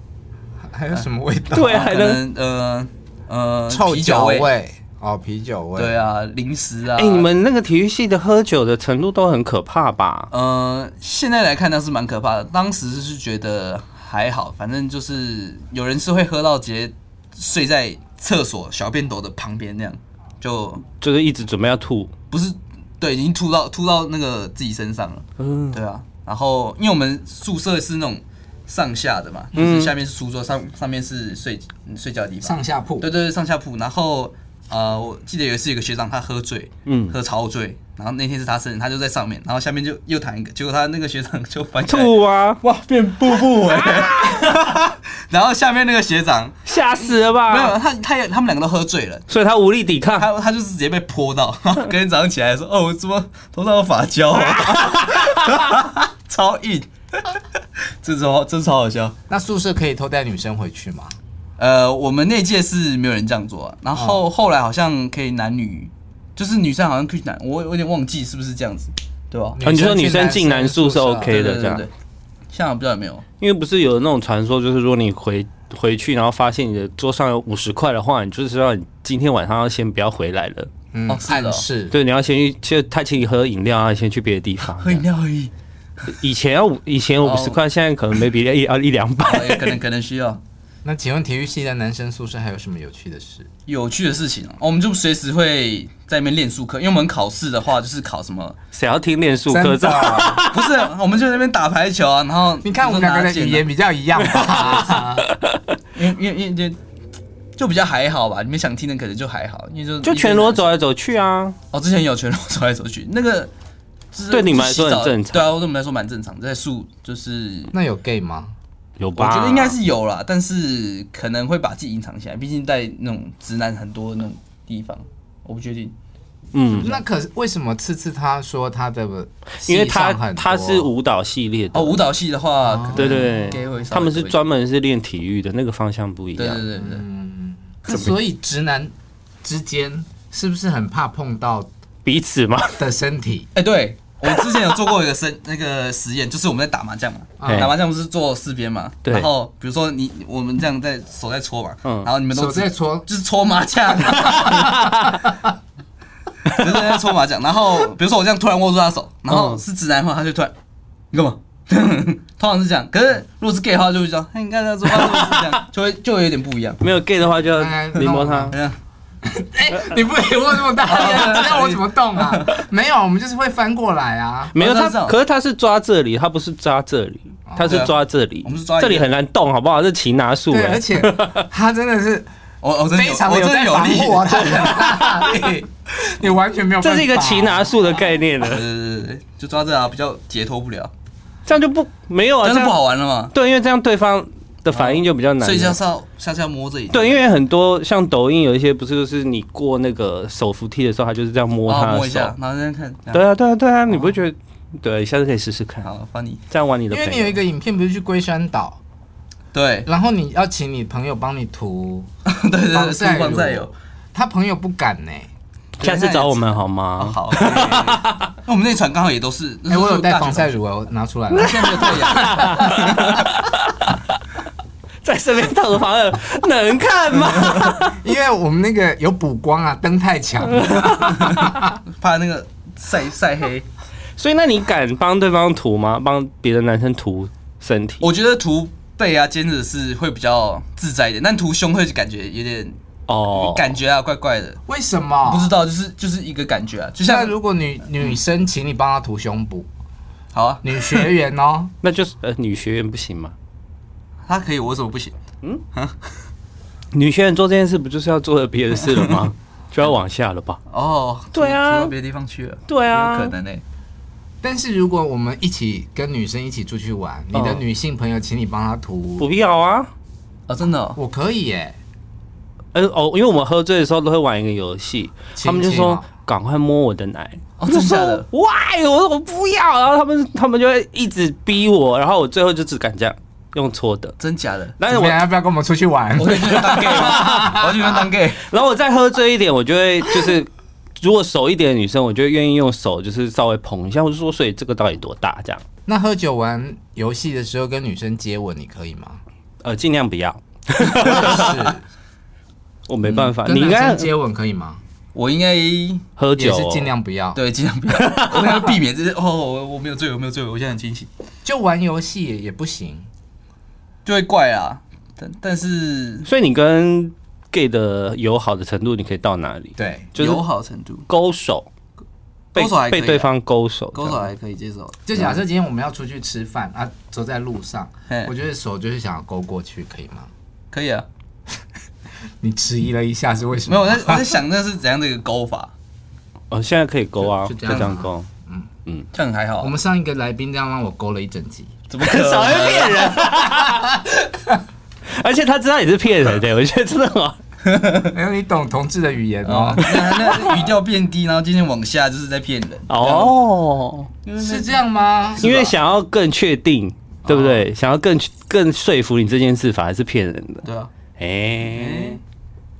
A: 还有什么味道？
B: [LAUGHS] 对啊，
C: 可
B: 还能。
C: 能呃呃，
A: 臭
C: 啤酒
A: 脚味哦，啤酒味。
C: 对啊，零食啊。
B: 哎、你们那个体育系的喝酒的程度都很可怕吧？
C: 呃，现在来看那是蛮可怕的，当时是觉得还好，反正就是有人是会喝到直接睡在厕所小便斗的旁边那样，就
B: 就是一直准备要吐。
C: 不是对，已经吐到吐到那个自己身上了，
B: 嗯，
C: 对啊。然后因为我们宿舍是那种上下的嘛，就是下面是书桌，上上面是睡睡觉的地方，
A: 上下铺
C: 对对对，上下铺，然后呃，我记得有一次有个学长他喝醉，
B: 嗯
C: 喝超醉，然后那天是他生日，他就在上面，然后下面就又弹一个，结果他那个学长就翻起来，
B: 吐啊！
C: 哇，变瀑布哎， [LAUGHS] 然后下面那个学长
B: [LAUGHS] 吓死了吧？
C: 没有，他，他也他们两个都喝醉了。
B: 所以他无力抵抗。
C: 他他就是直接被泼到，然后隔天早上起来说：“哦，我怎么头上有发胶啊？” [LAUGHS] 超硬，这超这超好笑。
A: 那宿舍可以偷带女生回去吗？
C: 呃，我们那届是没有人这样做、啊，然
B: 嗯
C: 后、后来好像可以男女，就是女生好像可以男，我有点忘记是不是这样子，对吧？
B: 哦你说女
A: 去
B: 生进男
A: 宿
B: 宿舍 OK
C: 对
B: 的
C: 对
B: 这
C: 对
B: 样
C: 对，，现在我不知道有没有。
B: 因为不是有那种传说，就是如果你回回去，然后发现你的桌上有五十块的话，你就是要你今天晚上要先不要回来了。
A: 嗯
C: 哦是的
A: 暗示
B: 对，你要先去，就他请你喝饮料啊，先去别的地方。
C: 喝饮料而已，
B: 以前要五，以前五十块，现在可能 maybe 一要一两
C: [LAUGHS] 哦也
B: 百。
C: 可能可能需要
A: 那请问体育系的男生宿舍还有什么有趣的事？
C: 有趣的事情、哦，我们就随时会在那边练术课，因为我们考试的话就是考什么
B: 谁要听练术
A: [LAUGHS]
B: 课照？
A: 的啊
B: [LAUGHS]
C: 不是，我们就在那边打排球啊，然后
A: 你看我们两个的语言比较一样吧？
B: [LAUGHS]
C: 因为，因为因为因为就比较还好吧。你们想听的可能就还好，因为就
B: 就全裸走来走去啊，
C: 哦，之前有全裸走来走去，那个就是
B: 对你们来说很正常
C: 对啊，对我们来说蛮正常，在树就是。
A: 那有 gay 吗？
B: 有
C: 我
B: 吧？
C: 觉得应该是有啦，但是可能会把自己隐藏起来，毕竟在那种直男很多那种地方，我不确定。
B: 嗯，
A: 那可是为什么次次他说他的戏
B: 因为他
A: 上很多
B: 他是舞蹈系列的
C: 哦，，舞蹈系的话，可能
B: 对对
C: gay 会
B: 对，
C: 稍微
B: 他们是
C: 多一点
B: 专门是练体育的，那个方向不一
C: 对
B: 样
C: 对。对对，
A: 那所以直男之间是不是很怕碰到
B: 彼此嘛， [LAUGHS]
A: 的身体？
C: 哎、对我之前有做过一个实那个实验，就是我们在打麻将嘛，
B: 嗯
C: 打麻将不是做四边嘛，
B: 对
C: 然后比如说你我们这样在手在搓嘛，
B: 嗯
C: 然后你们都
A: 手
C: 知
A: 在搓
C: 就是搓麻将，就是在搓麻将，然后比如说我这样突然握住他手，然后
B: 嗯
C: 是直男的话，他就突然你干嘛？通常是这样，可是如果是 gay 的话，就会说，哎、你看他做，他做是这样，就会就会有点不一样。
B: 没有 gay 的话就要
A: 哎
B: [LAUGHS] 你摸他
A: 弄。
C: 哎呀
A: 哎、你不给我那么大力
C: [LAUGHS]
A: 啊，这样我怎么动啊？没有，我们就是会翻过来啊。
B: 没有
C: 哦
B: 他
C: 他是哦，
B: 可是他是抓这里，他不是抓这里，他是抓这里
C: 哦啊我们是抓，一
B: 这
C: 个
B: 里很难动，好不好？这擒拿术
A: 对，
B: 哎
A: 而，且他真的是
C: 我我真的
A: 非
C: 有，
A: 常
C: 我
A: 的
C: 真的
A: 在
C: 有
A: 防
C: 力
A: 护， [LAUGHS] 啊，他很大力，你完全没有办
B: 这
A: 法。
B: 是一个擒拿术的概念了
C: [LAUGHS] 对，对对对，就抓这啊，比较解脱不了，
B: 这样就不没有啊，
C: 但
B: 这
C: 是
B: 样
C: 不好玩了嘛。
B: 对，因为这样对方的反应就比较难了。啊
C: 所以就是要下次要摸这里。
B: 对，因为很多像抖音有一些不是就是你过那个手扶梯的时候，他就是这样摸
C: 然
B: 他
C: 后哦摸
B: 的
C: 一
B: 手
C: 下，。然后再看。这样
B: 对，啊，对啊，对啊，你不觉得？对，下次可以试试看，
C: 好帮你。
B: 这样玩你的
A: 因
B: 朋
A: 为你有一
B: 友。
A: 个影片不是去龟山岛，
C: 对 [LAUGHS]
A: 然后你要请你朋友帮你涂
C: 对对对，
A: 防晒
C: 涂
A: 乳
C: 防晒油。
A: 他朋友不敢呢、
B: 下次找我们好
C: 哦
B: 吗？
C: [LAUGHS] 好，那我们那船刚好也都是。
A: 哎、我有带防晒乳啊，我拿出来了。
C: 那现在没有啊太阳。
B: 在身边套房的能看
C: [LAUGHS]
B: 吗？
A: [LAUGHS] 因为我们那个有补光啊，灯太 [LAUGHS] 强了。
C: [LAUGHS] 怕那个晒晒黑。
B: 所以，那你敢帮对方涂吗？帮别的男生涂身体？
C: 我觉得涂背啊、肩子是会比较自在一点，但涂胸会感觉有点
B: 哦，
C: 感觉啊，怪怪的。
A: 为什么？
C: 不知道，就是就是一个感觉啊，就
A: 那
C: 像
A: 如果女女生请你帮她涂胸部，
C: 好啊，
A: 女学员哦，
B: 那就是呃，女学员不行吗？
C: 他可以，我为什么不行？
B: 女学员做这件事不就是要做别的事了
C: [LAUGHS]
B: 吗？就要往下了吧？
C: 哦，涂
B: 对啊
C: 涂到别的地方去了。
B: 对啊
C: 有可能欸呢。
A: [LAUGHS] 但是如果我们一起跟女生一起出去玩，你的女性朋友请你帮她涂，
B: 不必要啊。
C: 哦，真的哦。
A: 我可以耶、
B: 呃哦，因为我们喝醉的时候都会玩一个游戏，
A: 亲
B: 他们就
A: 亲
B: 说
A: 啊
B: 赶快摸我的奶，
C: 哦，真的假的？
B: 我就说 why 我说我不要，然后他们他们就会一直逼我，然后我最后就只敢这样用搓的。
C: 真假的？
B: 但是
A: 怎
B: 我
A: 么，样？要不要跟我们出去玩
C: 我？可以去那边当 gay 吗？我要去那边当 gay。
B: 然后我再喝醉一点，我就会就是， [LAUGHS] 如果熟一点的女生，我就会愿意用手就是稍微捧一下，我就说，所以这个到底多大这样？
A: 那喝酒玩游戏的时候跟女生接吻，你可以吗？
B: 呃，尽量不要，
A: 是，
B: 我没办法，你
A: 嗯跟
B: 应
A: 男
B: 该
A: 生接吻可以吗？
C: 我应该
B: 喝
A: 也
B: 酒
A: 是
B: 哦
A: 尽量不要。
C: 对尽量不要，我要避免这些。哦，我我没有醉，我没有醉，我现在很清醒，
A: 就玩游戏也也不行。
C: 就会怪啊。但但是
B: 所以你跟 gay 的友好的程度，你可以到哪里？
A: 对，
B: 就是
C: 友好程度，
B: 勾手，被
C: 勾手还可以
B: 被
C: 啊
B: 对方勾手，
C: 勾手还可以接受。
A: 就假设今天我们要出去吃饭啊，走在路上
C: 嘿，
A: 我觉得手就是想要勾过去，可以吗？
C: 可以啊，
A: 你迟疑了一下是为什
C: 没
A: 么？
C: 有，我在我在想那是怎样的一个勾法，
B: 哦，现在可以勾啊，
A: 就
B: 就
A: 就这
B: 这
A: 样
B: 样勾。
C: 这样还好。
A: 我们上一个来宾这样让我勾了一整集，
C: 怎么可能？
B: 少在骗 [LAUGHS] 人， [LAUGHS] 而且他知道你是骗人的，我觉得真的很好。
A: 没有你懂同志的语言
C: 哦
A: 哦，，
C: 那那语调变低，然后渐渐往下，就是在骗人。
B: 哦，
A: 是这样吗？
B: 因为想要更确定，对不对？想要更更说服你这件事，反而是骗人的。
C: 对啊，
B: 哎，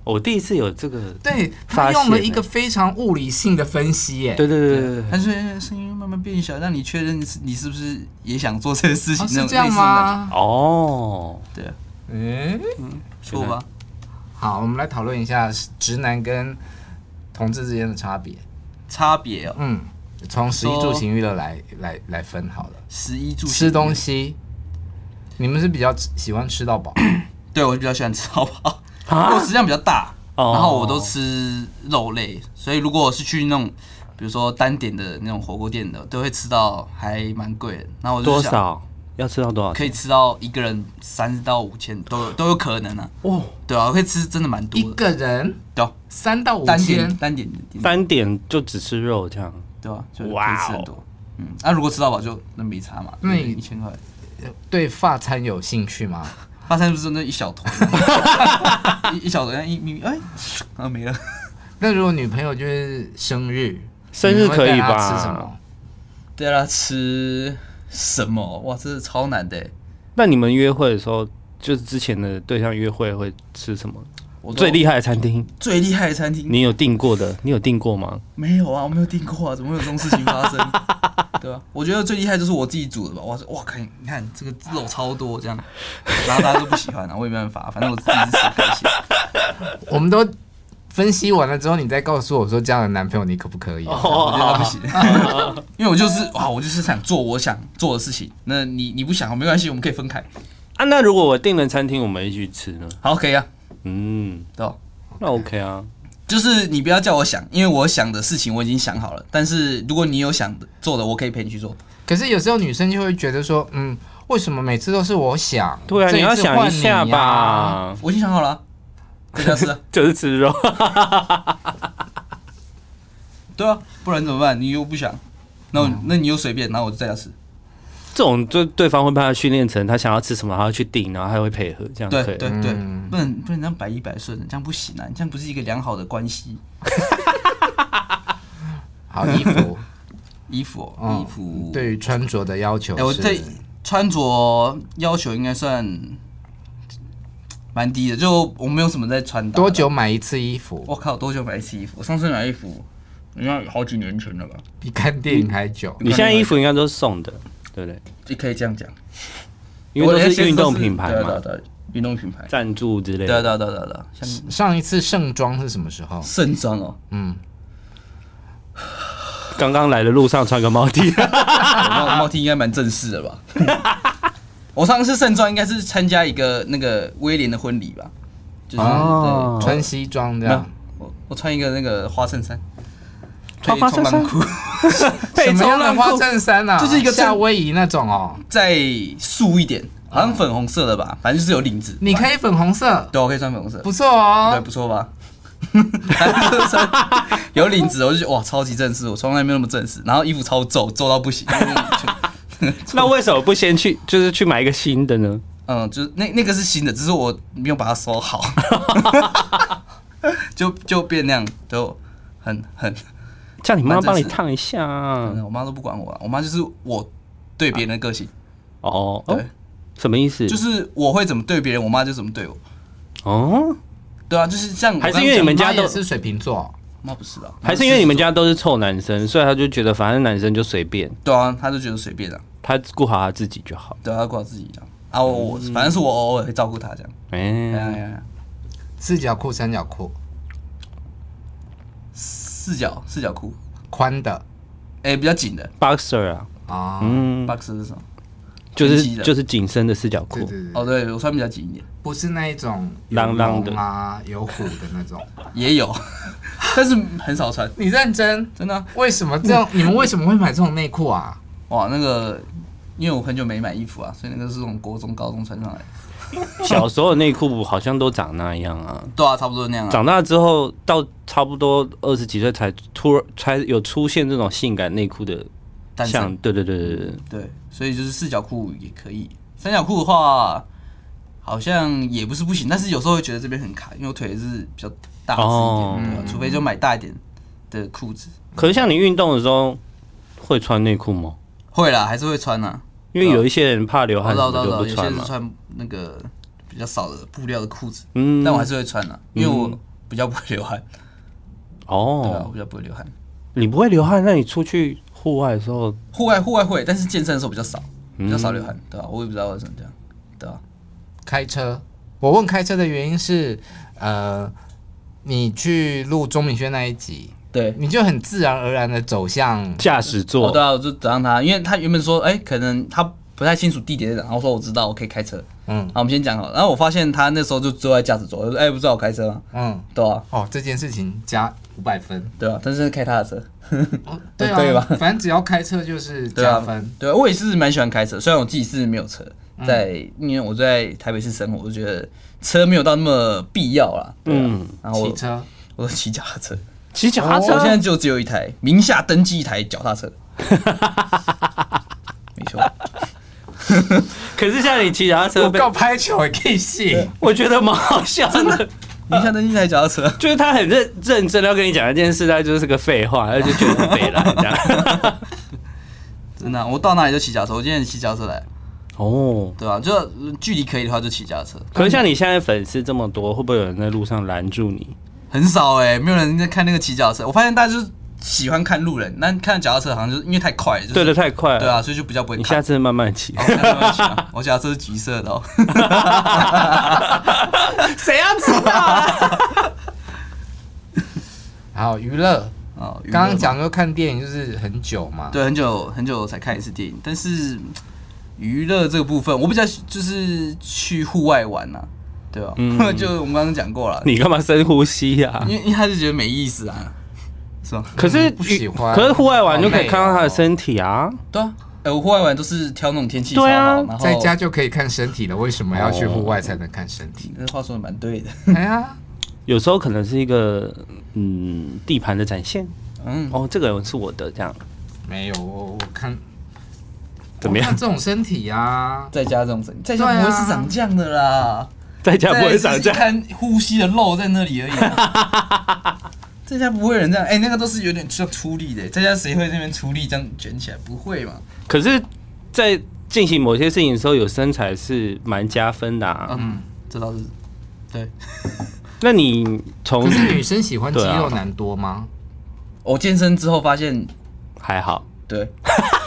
B: 我第一次有这个，
A: 对，
B: 发
A: 他
B: 现
A: 用了
B: 了
A: 一个非常物理性的分析耶。
B: 对对对对对对，
C: 但是哎声音慢慢变小，让你确认是你是不是也想做这个事情
A: 哦，，
C: 那
A: 是
C: 种
A: 这样
C: 类似那种
A: 吗？
C: 感觉？
B: 哦，
C: 对啊，
A: 嗯，
C: 错吧？
A: 好，我们来讨论一下直男跟同志之间的差别。
C: 差别哦，
A: 嗯，从食衣住
C: 说
A: 行娱乐来来来分好了。
C: 食衣住行
A: 吃东，西，你们是比较吃喜欢吃到饱，
C: 对我比较喜欢吃，好不好？
B: [LAUGHS] 啊
C: 我食量比较大，
B: 哦
C: 然后我都吃肉类，所以如果我是去那种。比如说单点的那种火锅店的，都会吃到还蛮贵的。然后我就
B: 多
C: 想
B: 少要吃到多少？
C: 可以吃到一个人三十到五千都有都有可能啊。
B: 哦，
C: 对啊，可以吃真的蛮
A: 一
C: 多的。
A: 个人
C: 对啊，
A: 三到五
C: 单点
A: 千，
C: 单点的店，
B: 单点就只吃肉这样。
C: 对啊，就可以
B: 哇哦
C: 吃很多。嗯，那、如果吃到饱就那没差嘛，
A: 那你
C: 一千块，
A: 对法餐有兴趣
B: [LAUGHS]
A: 吗？
C: 发餐不是那一小坨，一一小坨，一米哎，啊没了。
A: 那如果女朋友就是生日，
B: 生日可以吧
A: 你们会带她吃什么？
C: 对啊，吃什么？哇，这是超难的欸。
B: 那你们约会的时候，就是之前的对象约会会吃什么？
C: 我都
B: 最厉害的餐厅，
C: 最厉害的餐厅
B: 你有订过的？你有订过吗？
C: 没有啊，我没有订过啊，怎么会有这种事情发生？ [LAUGHS] 对啊，我觉得最厉害就是我自己煮的吧。哇塞，哇，看你看这个肉超多这样，然后大家都不喜欢啊，我也没办法，反正我自己吃开心。
B: [LAUGHS]
A: 我们都分析完了之后，你再告诉我说这样的男朋友你可不可以？啊
B: 哦
C: 我觉得他不行， [LAUGHS] 因为我就是哇，我就是想做我想做的事情。那你你不想没关系，我们可以分开。
B: 啊，那如果我订了餐厅，我们一起吃呢？
C: 好，可以啊，
B: 嗯，
C: 对吧？
B: 那 OK 啊。
C: 就是你不要叫我想，因为我想的事情我已经想好了。但是如果你有想的做的，我可以陪你去做。
A: 可是有时候女生就会觉得说，嗯，为什么每次都是我想？
B: 对啊，
A: 这
B: 你要
A: 次
B: 想
A: 换
B: 一下
A: 你啊。
B: 吧。
C: 我已经想好了啊、在家吃啊。
B: [LAUGHS] 就是吃肉，
C: 对啊，不然怎么办？你又不想，
B: 嗯
C: 那我那你又随便，然后我就在家吃。
B: 这种就对方会把他训练成他想要吃什么，他要去订，然后他会配合，这样
C: 对
B: 可以。
C: 对对
A: 嗯，
C: 不能不能这样百依百顺，这样不行啊！你这样不是一个良好的关系。
A: 好，衣
C: [LAUGHS]
A: 服，
C: 衣服哦、
A: 嗯
C: 衣服，
A: 对于穿着的要求
C: 哎、我
A: 是
C: 对穿着要求应该算蛮低的，就我没有什么在穿搭。
A: 多？久买一次衣服？
C: 我靠，多久买一次衣服？我上次买衣服，应该好几年前了吧？
A: 比看电影还久。
B: 你现在衣服应该都是送的，对不对？
C: 也可以这样讲，
B: 因为
C: 我
B: 都
C: 哎
B: 是
C: 先
B: 运动品牌
C: 对啊对啊
B: 嘛，
C: 对啊运动品牌，
B: 赞助之类
C: 对啊
B: 的。
C: 对啊对啊对啊对啊，像
A: 上一次盛装是什么时候？
C: 盛装哦，
A: 嗯，
B: 刚刚来的路上穿个毛
C: [LAUGHS]
B: T，
C: 猫猫 T 应该蛮正式的吧？ [LAUGHS] 我上次盛装应该是参加一个那个威廉的婚礼吧，就是、
B: 哦
C: 对
A: 穿西装这
C: 没有
A: 样。
C: 我我穿一个那个花衬衫，
B: 穿
C: 配
B: 花衬衫
C: 冲浪裤。
A: 什么样的花衬衫啊？
C: 就是一个正
A: 夏威夷那种哦。
C: 再素一点，好像粉红色的吧，反正就是有领子。
A: 你可以粉红色，
C: 对，我可以穿粉红色，
A: 不错
C: 对，
B: 啊
A: 哦。
C: 不错吧？ [LAUGHS] 有领子，我就觉得哇，超级正式，我从来没有那么正式。然后衣服超皱，皱到不行。
B: 那为什么不先去就是去买一个新的呢？
C: 嗯，就是那那个是新的，只是我没有把它
B: [LAUGHS]
C: 收好，就就变那样，就很很，
B: 叫你妈
C: 蛮正
B: 帮你
C: 式的
B: 烫一下啊。
C: 我妈都不管我、啊，我妈就是我对别人的个性，
B: 哦，哦
C: 对，
B: 什么意思？
C: 就是我会怎么对别人，我妈就怎么对我。
B: 哦，
C: 对啊，就是像我
B: 还是
C: 刚
B: 因为
C: 讲
B: 你们家
A: 妈也
B: 都
A: 是水瓶座，
C: 妈不是啊，
B: 还是因为你们家都是臭男生，所以他就觉得反正男生就随便，
C: 对啊，她就觉得随便啊，
B: 他顾好他自己就好。
C: 对啊，她顾好自己这样啊，我我
B: 嗯
C: 反正是我偶尔会照顾她这样。
B: 哎、
C: 哎呀呀呀，
A: 四角裤、三角裤，
C: 四角四角裤，
A: 宽的
C: 哎，比较紧的
B: b o x e r 啊，
A: 啊。
B: 嗯，
C: box 是什么？
B: 就
C: 拳击
B: 是
C: 的
B: 就是紧身的四角裤
A: 对，对对，
C: 哦，对我穿比较紧一点，
A: 不是那一种有
B: 浪浪的
A: 龙啊，有虎的那种。 [LAUGHS]
C: 也有， [LAUGHS] 但是很少穿，
A: 你认真？
C: 真的啊、
A: 为什么这
B: [LAUGHS]
A: 样？你们为什么会买这种内裤啊？
C: 哇，那个，因为我很久没买衣服啊，所以那个是从国中、高中穿上来的。
B: 小时候的内裤好像都长那样啊。
C: 对啊，差不多那样啊。
B: 长大之后，到差不多二十几岁才突然才有出现这种性感内裤的
C: 诞
B: 像
C: 生，
B: 对对对对对，
C: 对，所以就是四角裤也可以。三角裤的话，好像也不是不行，但是有时候会觉得这边很卡，因为我腿是比较大只一
B: 哦
C: 点，对啊除非就买大一点的裤子。
B: 可是像你运动的时候会穿内裤吗？
C: 会啦，还是会穿啊。
B: 因为有一些人怕流
C: 我
B: 汗，
C: 知
B: 什
C: 道，
B: 么
C: 我知道，我
B: 就不
C: 知道有
B: 穿
C: 些
B: 嘛
C: 是。穿那个比较少的布料的裤子，
B: 嗯，
C: 但我还是会穿啊，因为我
B: 嗯
C: 比较不会流汗，对啊，我
B: 哦，
C: 比较不会流汗。
B: 你不会流汗，那你出去户外的时候，
C: 户外户外会，但是健身的时候比较少，比较少
B: 嗯
C: 流汗，对吧、我也不知道为什么这样，对吧、
A: 开车，我问开车的原因是，呃，你去录钟明轩那一集，
C: 对，
A: 你就很自然而然的走向
B: 驾驶
C: 哦，
B: 座
C: 对啊，我就找上他，因为他原本说，哎、可能他不太清楚地点在哪，然后说我知道，我可以开车。
A: 嗯
C: 然后我们先讲好，然后我发现他那时候就坐在驾驶座，我就说，哎、不知道我开车吗？
A: 嗯
C: 对啊，
A: 哦这件事情加五百分，
C: 对啊，但是开他的车，
A: 哦对啊，
C: 对 [LAUGHS] 吧
A: 反正只要开车就是
C: 对
A: 加
C: 啊
A: 分，，嗯
C: 对啊，我也是蛮喜欢开车，虽然我自己是没有车，在、因为我在台北市生活，我觉得车没有到那么必要啦。对啊
B: 嗯
C: 然后
A: 骑
C: 我
A: 车
C: 我都骑脚踏车，
B: 骑脚踏
C: 我现在
B: 车，
C: 就只有一台，名下登记一台脚踏车。没错，
B: 可是像你骑脚踏车
A: 我
B: 被，
A: 告拍球也可以信，
B: 我觉得蛮好笑的。
C: 名下登记一台脚踏车。
B: 就是他很认认真地要跟你讲一件事，他就是个废话，他就觉得废了这样。
C: 真的啊、我到哪里就骑脚踏车。我今天也骑脚踏车来，
B: 哦，
C: 对吧、就呃距离可以的话就骑脚踏车，
B: 可是像你现在粉丝这么多，会不会有人在路上拦住你？
C: 很少哎、没有人在看那个骑脚踏车。我发现大家就是喜欢看路人，那看脚踏车好像就是因为太快了，就是、
B: 对的，太快了。
C: 对啊，，所以就比较不会
B: 你下
C: 看。
B: 次慢慢骑。
C: 我下次会骑啊我脚踏车是橘色的哦，
B: 谁要知道啊？
A: 好娱乐，
C: 哦，娱乐
A: 刚
C: 嘛
A: 刚讲说看电影就是很久嘛，
C: 对，很久很久才看一次电影，但是嗯娱乐这个部分，我比较就是去户外玩呐、对吧、 [LAUGHS] 就我们刚刚讲过了，
B: [LAUGHS] 嗯你干嘛深呼吸呀、
C: 因为因为他就觉得没意思啊，是吧？
B: 可是
A: 不喜欢
B: 可是户外玩就可
A: 好累
B: 以
A: 哦
B: 看到他的身体啊。
C: 对啊，哎、我户外玩都是挑那种天气超好，
B: 对啊
C: 然后
A: 在家就可以看身体了，为什么要去户
C: 哦
A: 外才能看身
C: [LAUGHS]
A: 体？
C: 你这话说的蛮对的。
A: 哎呀，
B: 有时候可能是一个嗯地盘的展现。
C: 嗯，哦
B: 哦，这个人是我的，这样
A: 没有我我看
B: 怎么
A: 我看
B: 样？
A: 这种身体
B: [LAUGHS]
A: 啊，
C: 在家这种整，在家不会是长这样的啦，
B: 在啊家不会长这
C: 在
B: 样。
C: 家就是一滩呼吸的肉在那里而已啊。
B: [LAUGHS]
C: 在家不会有人这样，哎、那个都是有点需要出力的，在家谁会在那边出力这样卷起来？不会嘛？
B: 可是，在进行某些事情的时候，有身材是蛮加分的啊。
C: 嗯，这倒是，对。
B: 那你从
A: 可是女生喜欢肌
B: 对啊
A: 肉男多吗？
C: 我健身之后发现，
B: 还好，
C: [LAUGHS] 对，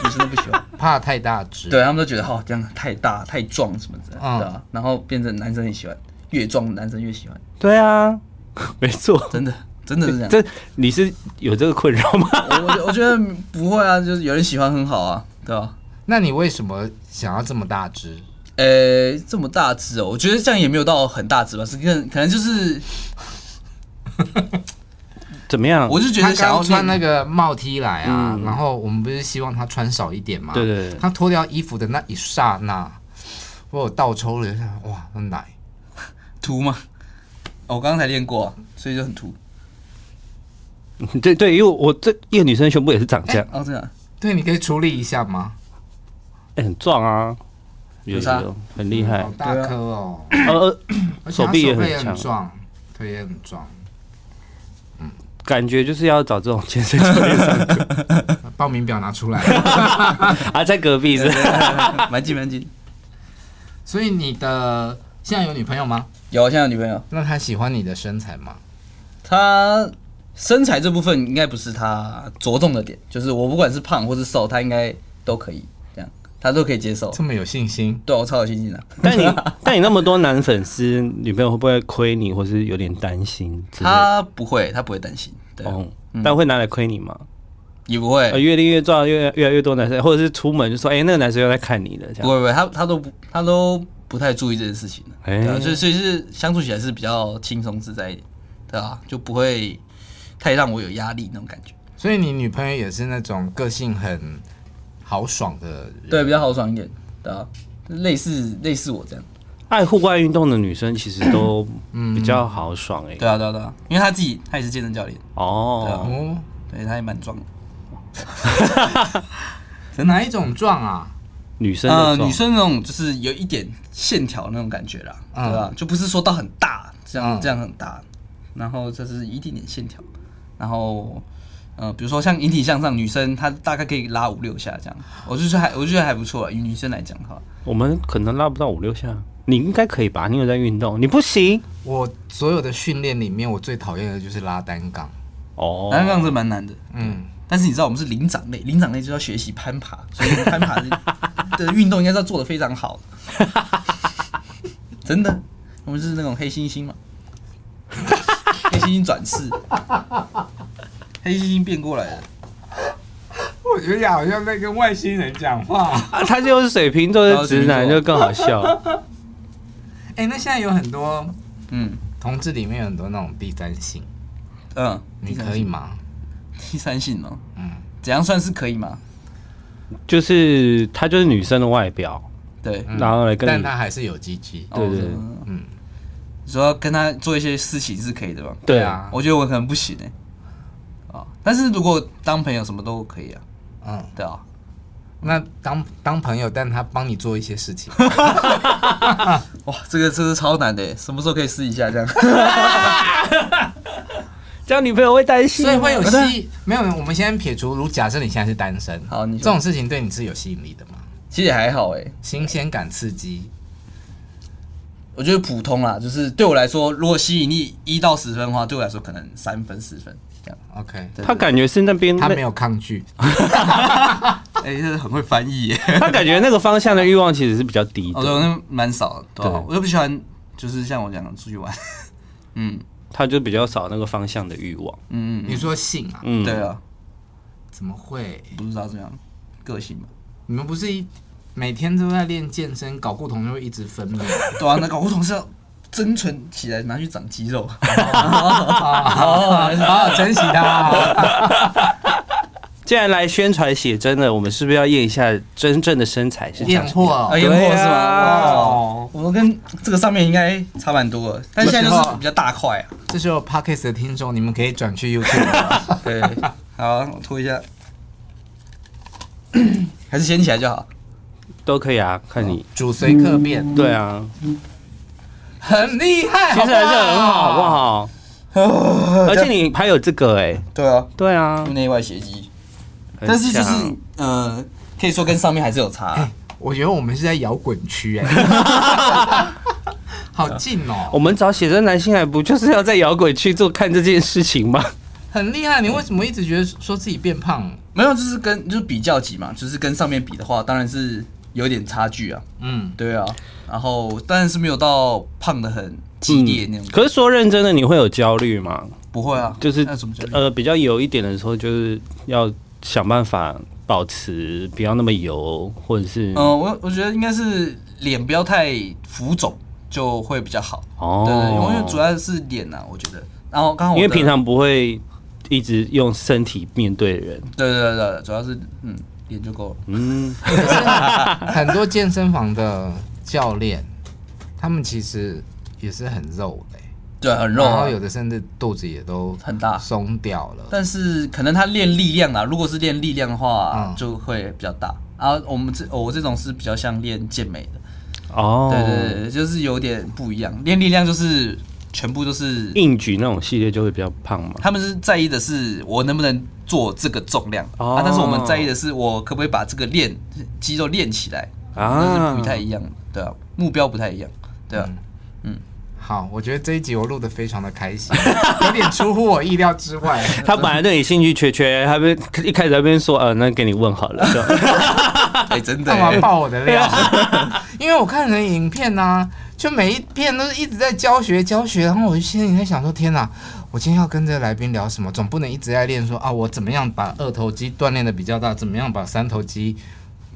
C: 女生都不喜欢，
A: 怕太大只，
C: 对他们都觉得哦，这样太大、太壮什么之类的，
A: 嗯
C: 对啊？然后变成男生很喜欢，越壮男生越喜欢，
B: 对啊， [LAUGHS] 没错。
C: 真的， [LAUGHS] 真的是这样。
B: 这你是有这个困扰吗？
C: 我我觉我觉得不会啊，就是有人喜欢很好啊，对吧、
A: 那你为什么想要这么大只？
C: 呃、这么大只哦，我觉得这样也没有到很大只吧，是更可能就是，
B: [LAUGHS] 怎么样？
C: 我就觉
A: 他
C: 得想
A: 刚
C: 要
A: 刚穿那
C: 个，
A: 个帽 T 来啊，
B: 嗯
A: 然后我们不是希望他穿少一点吗？
B: 对对对
A: 他脱掉衣服的那一刹那，我有倒抽了一下，哇，那奶！
C: 凸吗？哦我刚刚才练过、啊，所以就很凸。
B: 对对，因为我这一个女生胸部也是长这样，
C: 哦，这样
A: 对，你可以处理一下吗？
B: 哎很壮啊，有
C: 有差嗯
B: 有很厉害
A: 好，大颗哦，
B: 呃，呃
A: 而且他
B: 哎手臂也很
A: 也很
B: 强
A: 壮，腿也很壮，
B: 感觉就是要找这种健身教
C: [LAUGHS]
B: 练上课
A: 报名表拿出来。
B: [LAUGHS] 啊，在隔壁是不是
C: 蛮近蛮近。
A: 所以你的现在有女朋友吗？
C: 有，啊现在有女朋友，
A: 那她喜欢你的身材吗？
C: 他身材这部分应该不是他着重的点，就是我不管是胖或是瘦，他应该都可以这样，他都可以接受。
A: 这么有信心？
C: 对我超有信心的。
B: 但你但你那么多男粉丝，女朋友会不会亏你，或是有点担心之类的？
C: 他不会，他不会嗯担心，对，啊
B: 哦，但会拿来亏你吗？
C: 也不会
B: 呃，，越练越壮，越越来越多男生，或者是出门就说，哎、那个男生又在看你了，这
C: 不
B: 样。
C: 会不会，他他都不他都不太注意这件事情的，
B: 哎
C: 对啊，所以所以是相处起来是比较轻松自在一点，对啊，就不会太让我有压力那种感觉，
A: 所以你女朋友也是那种个性很豪爽的人，
C: 对，比较豪爽一点，对啊，类似类似我这样，
B: 爱户外运动的女生其实都比较豪爽哎、
C: 对啊，对啊，对啊，因为他自己他也是健身教练，啊
B: 哦，
A: 哦，
C: 对，他也蛮壮的。
A: 这哪一种壮啊？
B: 女生
C: 呃
B: 的，壮
C: 女生那种就是有一点线条那种感觉啦，
A: 嗯
C: 对吧？就不是说到很大，这样、
A: 嗯
C: 这样很大，然后这是一点点线条，然后呃，比如说像引体向上，女生她大概可以拉五六下这样，我就是还我觉得还不错啦，以女生来讲的话，
B: 我们可能拉不到五六下，你应该可以吧？你有在运动，你不行
A: 我所有的训练里面，我最讨厌的就是拉单杠。
B: 哦。
C: 单杠是蛮难的，
A: 嗯，
C: 但是你知道我们是灵长类，灵长类就要学习攀爬，所以攀爬的的运动应该是要做的 [LAUGHS] 非常好，真的，我们是那种黑猩猩嘛，黑猩猩转世，黑猩猩变过来的，
A: 我觉得好像在跟外星人讲话。
B: 啊，他就是水瓶座的直男，
C: 哦水瓶座
B: 就更好笑。
A: [LAUGHS] 哎、那现在有很多
C: 嗯
A: 同志里面有很多那种第三性，
C: 嗯，
A: 你可以吗？
C: 第三性哦，
A: 嗯，
C: 怎样算是可以吗？
B: 就是他就是女生的外表，
C: 对，
A: 嗯
B: 然后来跟
A: 但
B: 你
A: 他还是有鸡鸡。
B: 对对对
C: 哦
A: 嗯，
C: 你说要跟他做一些事情是可以的吧？
B: 对
A: 啊，
C: 我觉得我可能不行哎、啊，但是如果当朋友什么都可以啊，
A: 嗯，
C: 对啊，
A: 那当当朋友，但他帮你做一些事情，
C: 哇，这个真是超难的耶，欸什么时候可以试一下这样？ [LAUGHS]
B: 这样女朋友会担心，
A: 所以会有吸。没有，我们先撇除，如假设你现在是单身，
C: 好你
A: 这
C: 说
A: 种事情对你是有吸引力的吗？
C: 其实也还好哎，
A: 新鲜感、刺激，
C: 我觉得普通啦，就是对我来说，如果吸引力一到十分的话，对我来说可能三分四分这样。
A: OK，
C: 对
B: 他感觉是那边
A: 他没
B: 有，
A: 有抗拒，
C: [LAUGHS] 哎、这很会翻译耶。
B: 他感觉那个方向的欲望其实是比较低
C: [LAUGHS] 哦，对，
B: 的，
C: 我那蛮少的，对啊
B: 对
C: 我又不喜欢，就是像我讲的出去玩。 [LAUGHS] 嗯
B: 他就比较少那个方向的欲望。
C: 嗯
A: 你说性啊？
B: 嗯，
C: 嗯，对，啊，
A: 怎么会？
C: 不知道怎么样，个性吧。
A: 你们不是一每天都在练健身，睾固酮就会一直分泌？
C: 对啊，那搞不懂是要增存起来，拿去长肌肉。
A: [LAUGHS] 哦，好好珍惜它。
B: 既然来宣传写真了，我们是不是要验一下真正的身材是
A: [LAUGHS] 验
B: 长什么样？
A: 货
C: [LAUGHS]
A: 哦
C: 啊，验货
B: 对啊
C: 是吗？哇，我跟这个上面应该差蛮多的，但现在就是比较大块啊。
A: 这时候 Pockets 的听众，你们可以转去 YouTube 了。
C: [LAUGHS] 对，好，我拖一下， [COUGHS] 还是掀起来就好。
B: 都可以
C: 哦
B: 啊，看你。
A: 主随客变，
C: 嗯
B: 对啊，
A: 很厉害，
B: 其实还是很好，好不
A: 好不好？
B: 好？而且你还有这个哎、
C: 哦呃对啊，
B: 对啊，
C: 内外斜肌，
B: 很
C: 但是就是
B: 强
C: 呃，可以说跟上面还是有差啊、
A: 我觉得我们是在摇滚区哎，好近
B: 啊我
A: 哦，
B: 们找写真男性还不就是要在摇滚去做看这件事情吗？
A: 很厉害。你为什么一直觉得说自己变胖？
C: 没有，就是跟就是比较级嘛，就是跟上面比的话，当然是有点差距啊。
A: 嗯，
C: 对啊，然后当然是没有到胖的很激烈那种，
B: 嗯可是说认真的，你会有焦虑吗？
C: 不会啊，
B: 就是
C: 那什么叫
B: 呃比较油一点的时候，就是要想办法保持不要那么油，或者是、
C: 嗯，我我觉得应该是脸不要太浮肿，就会比较好。
B: 哦
C: 对对，因为主要是脸呐、啊，我觉得。然后刚好我
B: 因为
C: 的
B: 平常不会一直用身体面对人。
C: 对对对对，主要是嗯脸就够了。 [LAUGHS]
B: 嗯，
A: 很多健身房的教练，他们其实也是很肉的欸，
C: 对，很肉、
A: 然
C: 啊
A: 后，有的甚至肚子也都
C: 很大
A: 松掉了。
C: 但是可能他练力量啊啦，如果是练力量的话，
A: 嗯
C: 就会比较大。然后我们这我这种是比较像练健美的，
B: 哦，
C: 对对对，就是有点不一样。练力量就是全部都是，
B: 硬举那种系列就会比较胖嘛。
C: 他们是在意的是我能不能做这个重量、
B: 哦
C: 啊，但是我们在意的是我可不可以把这个练肌肉练起来
B: 啊
C: 那是不太一样的，对啊，目标不太一样，对啊，
A: 嗯好，我觉得这一集我录的非常的开心，有点出乎我意料之外。
B: 他本来对你兴趣缺缺，他边一开始那边说，呃，那给你问好了，就
C: [LAUGHS] 哎、真的
A: [LAUGHS] 干嘛
C: 耶、
A: 爆我的料？因为我看人影片呐、就每一片都是一直在教学教学，然后我就心里在想说：天哪，我今天要跟这个来宾聊什么？总不能一直在练说啊，我怎么样把二头肌锻炼的比较大，怎么样把三头肌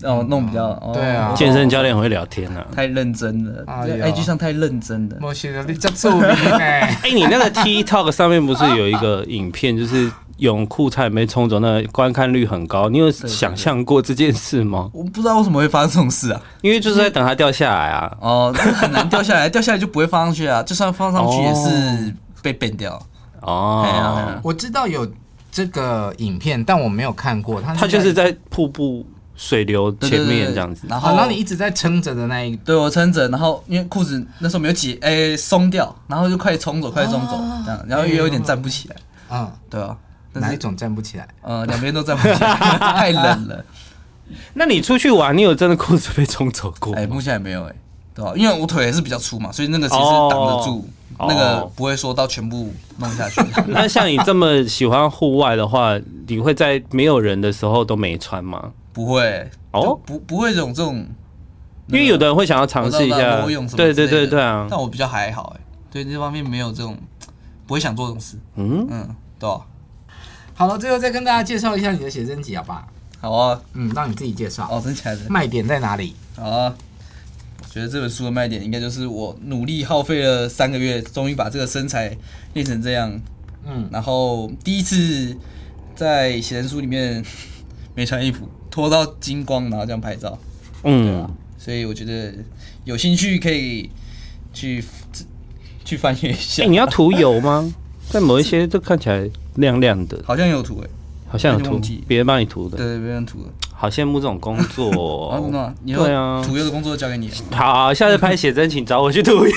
C: 哦，弄比较，哦、
A: 对啊
B: 健身教练很会聊天啊。
C: 太认真了，
A: 哎
C: 在
A: 呀
C: IG 上太认真了。
A: 我学的比较出名哎。
B: 哎、你那个 TikTok 上面不是有一个影片，就是泳裤差点被冲走，那个观看率很高。你有想象过这件事吗？
C: 我不知道为什么会发生这种事啊！
B: 因为就是在等它掉下来啊。
C: 哦，那很难掉下来， [LAUGHS] 掉下来就不会放上去啊，就算放上去也是被变掉。哎呀哎
B: 哦
C: 呀，
A: 我知道有这个影片，但我没有看过。它
B: 它就是在瀑布水流
C: 对
B: 前
C: 对对
B: 面
C: 对
B: 这样子。
C: 然
A: 好，
C: 后
A: 然后你一直在撑着的那一
C: 对我撑着，然后因为裤子那时候没有解，哎、松掉，然后就快冲走，快冲走，这样，然后也有点站不起来，
A: 嗯，
C: 对啊，
A: 哦哪
C: 但
A: 一
C: 是
A: 种站不起来？
C: 呃两边都站不起来， [LAUGHS] 太冷了，
B: 那你出去玩，你有真的裤子被冲走过吗？
C: 哎、目前还没有哎、对吧、因为我腿也是比较粗嘛，所以那个其实挡得住，
B: 哦
C: 那个不会说到全部弄
B: [LAUGHS]
C: 下去。
B: 那像你这么喜欢户外的话，你会在没有人的时候都没穿吗？
C: 不会
B: 哦
C: 就不不会有这种，
B: 因为有的人会想要尝试一
C: 我知道
B: 下
C: 我用什，么
B: 对
C: 之
B: 对
C: 类的
B: 对对啊，
C: 但我比较还好哎、对这方面没有这种，不会想做这种事，
B: 嗯，
C: 嗯，对吧、
A: 好了，最后再跟大家介绍一下你的写真集，好吧？
C: 好啊，
A: 嗯，让你自己介绍，
C: 哦，真假的，
A: 卖点在哪里？
C: 好啊。我觉得这本书的卖点应该就是我努力耗费了三个月，终于把这个身材练成这样，
A: 嗯，
C: 然后第一次在写真书里面 [LAUGHS] 没穿衣服，脱到精光，然后这样拍照，
B: 嗯，
C: 所以我觉得有兴趣可以去去翻阅一下。
B: 哎，你要涂油吗？ [LAUGHS] 在某一些就看起来亮亮的，
C: 好像有图哎、
B: 好像有
C: 那就
B: 涂
C: 忘记，
B: 别人帮你涂的，
C: 对，别人图了。
B: 好羡慕这种工
C: [LAUGHS]
B: 作
C: 啊，真的
B: 哦
C: 吗，。以后
B: 对啊，
C: 图右的工作交给你。 [LAUGHS]
B: 好，下次拍写真请找我去涂油。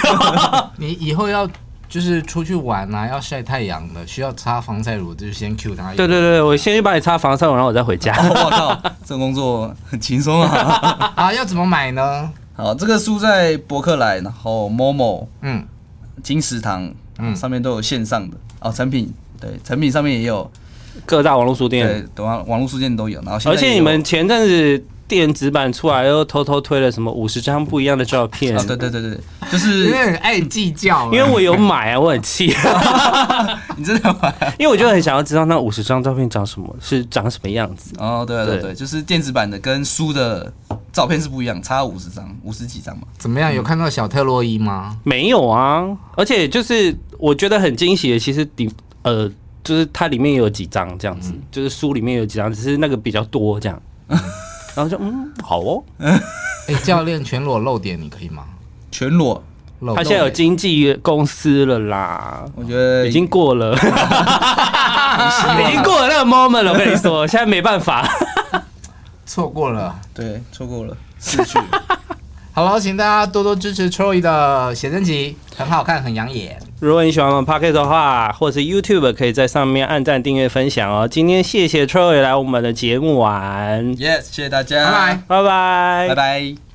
A: 你以后要就是出去玩啊，要晒太阳的，需要擦防晒乳，就是先 Q 他一下。
B: 对对对，我先去帮你擦防晒乳，然后我再回家。
C: 哦 [LAUGHS] 我、靠，这种工作很轻
B: [LAUGHS]
C: 松啊。
A: 啊，要怎么买呢？
C: 好，这个书在博客来，然后 Momo、
A: 嗯，
C: 金石堂，
A: 嗯
C: 上面都有线上的哦，产品对，产品上面也有，
B: 各大网络书店
C: 对，，网网络书店都有。然后
B: 嗯
C: 现
B: 而
C: 在也
B: 且
C: 有
B: 你们前阵子电子版出来又偷偷推了什么五十张不一样的照片
C: 啊，，对对对对，就
A: 有
C: 是
A: 点爱计较了，
B: 因为我有买啊，我很气， [LAUGHS]
C: 你真的有买？
B: 因为我就很想要知道那五十张照片长什么，是长什么样子。
C: 哦，对对
B: 对
C: 对，就是电子版的跟书的照片是不一样，差五十张，五十几张嘛。
A: 怎么样？有看到小特洛伊吗？
B: 没有啊，而且就是我觉得很惊喜的，其实你呃，就是它里面有几张这样子，就是书里面有几张，只是那个比较多这样。然后就嗯，好哦，
A: 哎，教练全裸露点，你可以吗？
C: 全裸，
A: 露，
B: 他现在有经纪公司了啦。
C: 我觉得
B: 已经过了， [LAUGHS] 已经过了那个 moment 了。我跟你说，现在没办法。
A: 错过了。
C: 对错过了，失去 [LAUGHS] 了。
A: 好了，请大家多多支持 Troy 的写真集，很好看，很养眼。
B: 如果你喜欢我们 Pocket 的话，或是 YouTube，可以在上面按赞、订阅、分享哦。今天谢谢 Troy 来我们的节目玩，
C: yes，谢谢大家，
A: 拜拜。
B: 拜拜，
C: 拜拜。